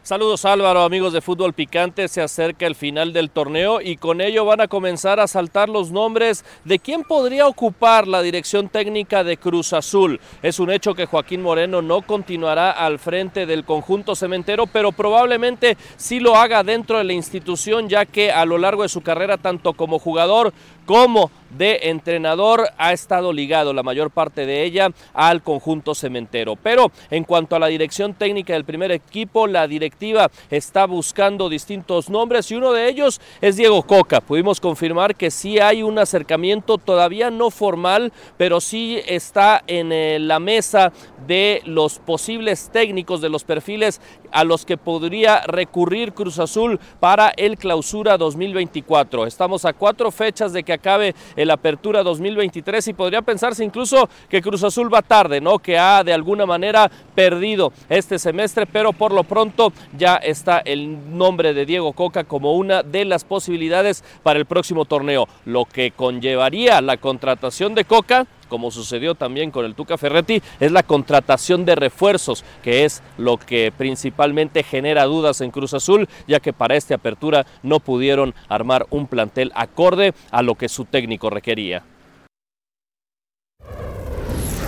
M: Saludos Álvaro, amigos de Fútbol Picante, se acerca el final del torneo y con ello van a comenzar a saltar los nombres de quién podría ocupar la dirección técnica de Cruz Azul. Es un hecho que Joaquín Moreno no continuará al frente del conjunto cementero, pero probablemente sí lo haga dentro de la institución, ya que a lo largo de su carrera, tanto como jugador como de entrenador, ha estado ligado la mayor parte de ella al conjunto cementero. Pero en cuanto a la dirección técnica del primer equipo, la directiva está buscando distintos nombres y uno de ellos es Diego Coca. Pudimos confirmar que sí hay un acercamiento todavía no formal, pero sí está en eh, la mesa de los posibles técnicos, de los perfiles a los que podría recurrir Cruz Azul para el clausura 2024. Estamos a cuatro fechas de que acabe el apertura 2023 y podría pensarse incluso que Cruz Azul va tarde, ¿no? Que ha de alguna manera perdido este semestre, pero por lo pronto ya está el nombre de Diego Coca como una de las posibilidades para el próximo torneo, lo que conllevaría la contratación de Coca como sucedió también con el Tuca Ferretti, es la contratación de refuerzos, que es lo que principalmente genera dudas en Cruz Azul, ya que para esta apertura no pudieron armar un plantel acorde a lo que su técnico requería.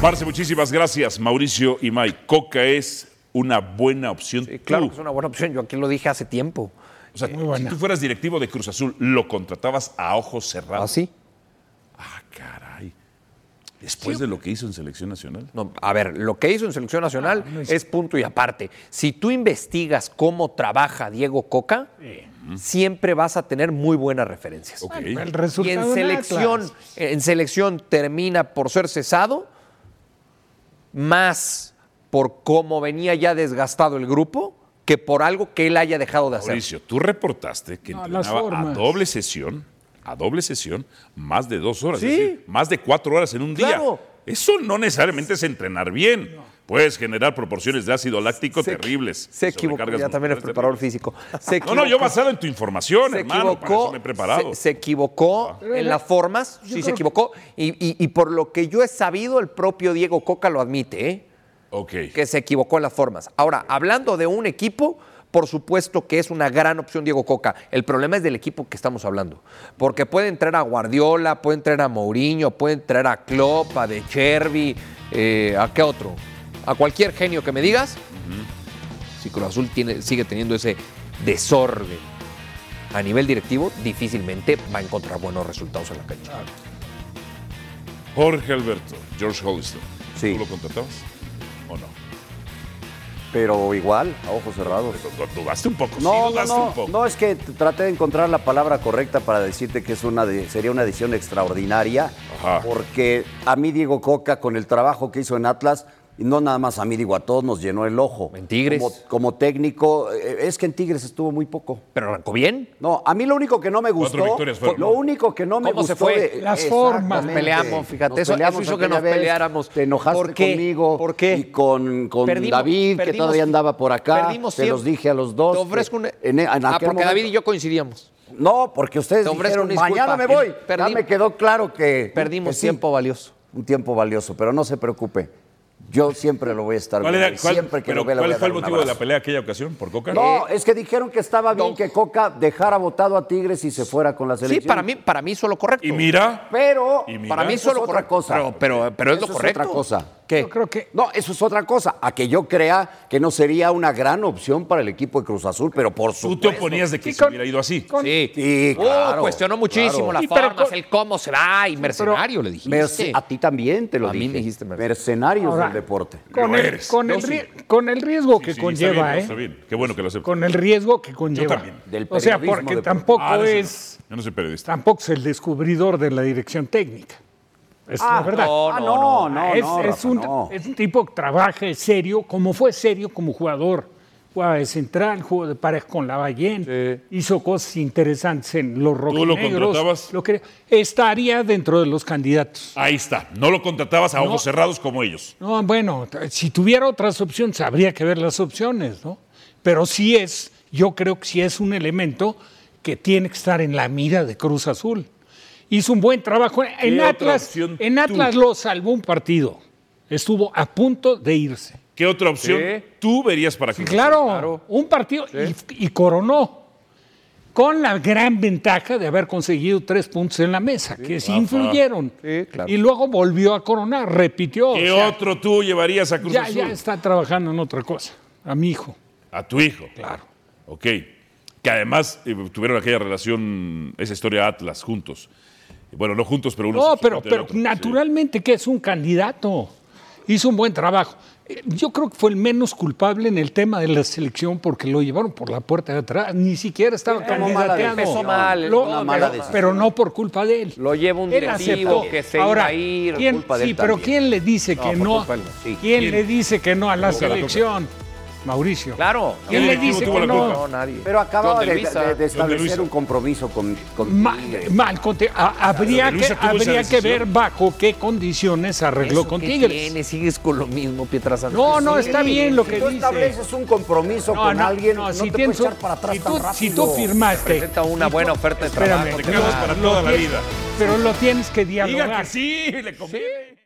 A: Marce, muchísimas gracias, Mauricio y Mike. Coca es una buena opción.
J: Eh, Claro,
A: Tú,
J: que es una buena opción. Yo aquí lo dije hace tiempo.
A: o sea, si tú fueras directivo de Cruz Azul, ¿lo contratabas a ojos cerrados?
J: ¿Así?
A: Ah, caray. Después de lo que hizo en Selección Nacional.
J: No, a ver, lo que hizo en Selección
A: Ah,
J: Nacional es punto y aparte. Si tú investigas cómo trabaja Diego Coca, siempre vas a tener muy buenas referencias.
I: Bueno, el
J: y
I: resultado
J: en
I: en
J: selección,
I: Atlas.
J: en selección termina por ser cesado, más por cómo venía ya desgastado el grupo que por algo que él haya dejado de hacer.
A: Mauricio, tú reportaste que
I: No, las
A: entrenaba a
I: formas.
A: doble sesión, a doble sesión, más de dos horas,
J: Sí.
A: es decir, más de cuatro horas en un día.
J: Claro.
A: Eso no necesariamente es entrenar bien. Puedes generar proporciones de ácido láctico terribles.
J: Se
A: y
J: equivocó,
A: sobrecargas
J: ya también es
A: musculares
J: preparador físico. Se
A: terribles. No, no, yo
J: equivocó.
A: basado en tu información,
J: se
A: hermano, para eso
J: equivocó,
A: me he preparado.
J: Se, se equivocó en las formas, sí se equivocó. Y, y- y por lo que yo he sabido, el propio Diego Coca lo admite, ¿eh?
A: Ok.
J: que se equivocó en las formas. Ahora, hablando de un equipo, por supuesto que es una gran opción Diego Coca. El problema es del equipo que estamos hablando. Porque puede entrar a Guardiola, puede entrar a Mourinho, puede entrar a Klopp, a De Chervi, eh, ¿a qué otro? A cualquier genio que me digas. Si Cruz Azul tiene- sigue teniendo ese desorden a nivel directivo, difícilmente va a encontrar buenos resultados en la cancha.
A: Jorge Alberto, George Hollister. ¿Tú lo contratabas o no?
C: Pero igual, a ojos cerrados.
A: Dudaste un poco,
C: no,
A: sí,
C: no,
A: dudaste
C: no,
A: un poco.
C: no, es que t- traté de encontrar la palabra correcta para decirte que es una de- sería una edición extraordinaria, porque a mí Diego Coca, con el trabajo que hizo en Atlas, y no nada más a mí, digo, a todos nos llenó el ojo. En
J: Tigres.
C: Como, como técnico, eh, es que en Tigres estuvo muy poco.
J: Pero arrancó bien.
C: No, a mí lo único que no me
J: Cuatro
C: gustó,
J: victorias fueron.
C: lo único que no me
J: ¿Cómo se
C: gustó...
J: fue?
C: de-
J: Las formas.
C: Exactamente.
J: Nos peleamos, fíjate,
C: Nos
J: eso- eso
C: peleamos
J: hizo que nos
C: aquella vez,
J: peleáramos.
C: Te enojaste
J: ¿Por qué?
C: conmigo. ¿Por qué? Y con, con
J: Perdimos-
C: David, que
J: perdimos-
C: todavía andaba por acá.
J: perdimos
C: Te los
J: siempre.
C: dije a los dos. eh,
J: Te ofrezco un-
C: en- en
J: Ah,
C: aquel
J: porque David
C: momento-
J: y yo coincidíamos.
C: No, porque ustedes
J: Te ofrezco
C: dijeron,
J: una disculpa.
C: mañana me voy.
J: Eh,
C: ya
J: perdim-
C: me quedó claro que...
J: Perdimos
C: que sí.
J: tiempo valioso.
C: Un tiempo valioso, pero no se preocupe. Yo siempre lo voy a estar
A: ¿Cuál,
C: viendo.
A: era,
C: y
A: cuál-
C: siempre que
A: pero
C: lo vea, le
A: cuál
C: voy a
A: fue
C: dar
A: el
C: un
A: motivo de la
C: abrazo.
A: pelea aquella ocasión? ¿Por Coca?
C: No, es que dijeron que estaba bien que Coca dejara votado a Tigres y se fuera con la selección.
J: para mí, para mí eso lo correcto.
A: Y mira.
C: Pero
J: Para mí
C: eso
J: solo
C: es otra cosa.
J: Pero, pero, pero es
C: Eso
J: lo correcto.
C: otra cosa. ¿Qué? creo que... No, eso es otra cosa. A que yo crea que no sería una gran opción para el equipo de Cruz Azul, pero por
A: Tú
C: supuesto.
A: te oponías de que se hubiera ido así.
C: Sí, sí, claro.
J: uh, cuestionó muchísimo las formas, el cómo se va y mercenario, le dijiste.
C: Merce- a ti también te lo dije. dijiste mercenarios
I: Ahora,
C: del deporte.
I: Con, el, con, el, rie- con el riesgo que conlleva, ¿eh?
A: Qué bueno que lo aceptas.
I: Con el riesgo que conlleva.
A: Del
I: o sea,
A: periodismo
I: porque
A: deportivo.
I: tampoco
A: Ah, no sé, no.
I: es
A: Yo no soy periodista.
I: tampoco es el descubridor de la dirección técnica. Es la verdad.
C: Ah, no, no, no,
I: es,
C: no,
I: es
C: Rafa,
I: un,
C: no.
I: es un tipo que trabaja es serio, como fue serio como jugador. Jugaba de central, jugó de pareja con la Ballén, hizo cosas interesantes en
A: lo
I: los rojinegros.
A: contratabas?
I: Lo que- estaría dentro de los candidatos.
A: Ahí está. No lo contratabas a
I: No.
A: ojos cerrados como ellos.
I: No, bueno, t- si tuviera otras opciones, habría que ver las opciones, ¿no? Pero sí es, yo creo que sí es un elemento que tiene que estar en la mira de Cruz Azul. Hizo un buen trabajo. En
A: otra
I: Atlas,
A: opción
I: en
A: tú?
I: Atlas lo salvó un partido. Estuvo a punto de irse.
A: ¿Qué otra opción
I: Sí.
A: tú verías para Cruz Azul?
I: Claro, un partido y, y coronó. Con la gran ventaja de haber conseguido tres puntos en la mesa, que sí
A: Rafa.
I: influyeron. Y luego volvió a coronar, repitió. o
A: ¿Qué
I: sea,
A: otro tú llevarías a Cruz
I: ya,
A: Azul?
I: ya está trabajando en otra cosa, a mi hijo.
A: A tu hijo. Claro. Ok. Que además eh, tuvieron aquella relación, esa historia Atlas, juntos. Bueno, no juntos, pero uno
I: No,
A: se
I: pero,
A: suplantó del
I: pero
A: otro.
I: naturalmente que es un candidato. Hizo un buen trabajo. Eh, Yo creo que fue el menos culpable en el tema de la selección porque lo llevaron por la puerta de atrás. Ni siquiera estaba
J: Tomó mala
I: candidateando.
J: decisión. Empezó mal,
I: Lo-
J: una
I: pero,
J: mala
I: pero
J: decisión.
I: no por culpa de él.
J: Lo lleva un
I: Él
J: directivo
I: aceptó.
J: que se iba
I: Ahora,
J: a ir.
I: ¿quién-
J: culpa de él
I: sí, pero
J: también.
I: ¿quién le dice
J: No,
I: que
J: por
I: no?
J: culpa de él no. Sí.
I: ¿Quién,
J: ¿Quién?
I: le dice que no a la
J: Tuvo la culpa.
I: selección? Mauricio.
J: Claro.
I: ¿Quién le dice que no?
C: Pero acababa
J: Don
C: de,
J: Luisa.
C: de- de
J: Don
C: establecer
J: Luisa.
C: un compromiso con, con
I: Ma- mal con Ti- a- habría
C: Luisa
I: que,
C: tuvo esa
I: habría que
C: decisión.
I: ver bajo qué condiciones arregló
J: ¿Eso
I: con
J: qué
I: Tigres.
J: tiene? Sigues con lo mismo, Pietrasanta.
I: No, no, está bien lo
C: Si
I: que
C: tú
I: dice.
C: estableces un compromiso
I: No,
C: con
I: no,
C: alguien,
I: no,
C: no,
I: si
C: te
I: tienes
C: puedes
I: un-
C: echar para atrás
I: si
C: tan
I: tú-
C: rápido.
I: si tú firmaste-
J: Presenta una buena oferta de
I: Espérame, lo-
J: trabajo. Claro.
I: lo tienes- Lo tienes que dialogar.
A: Sí, le conviene.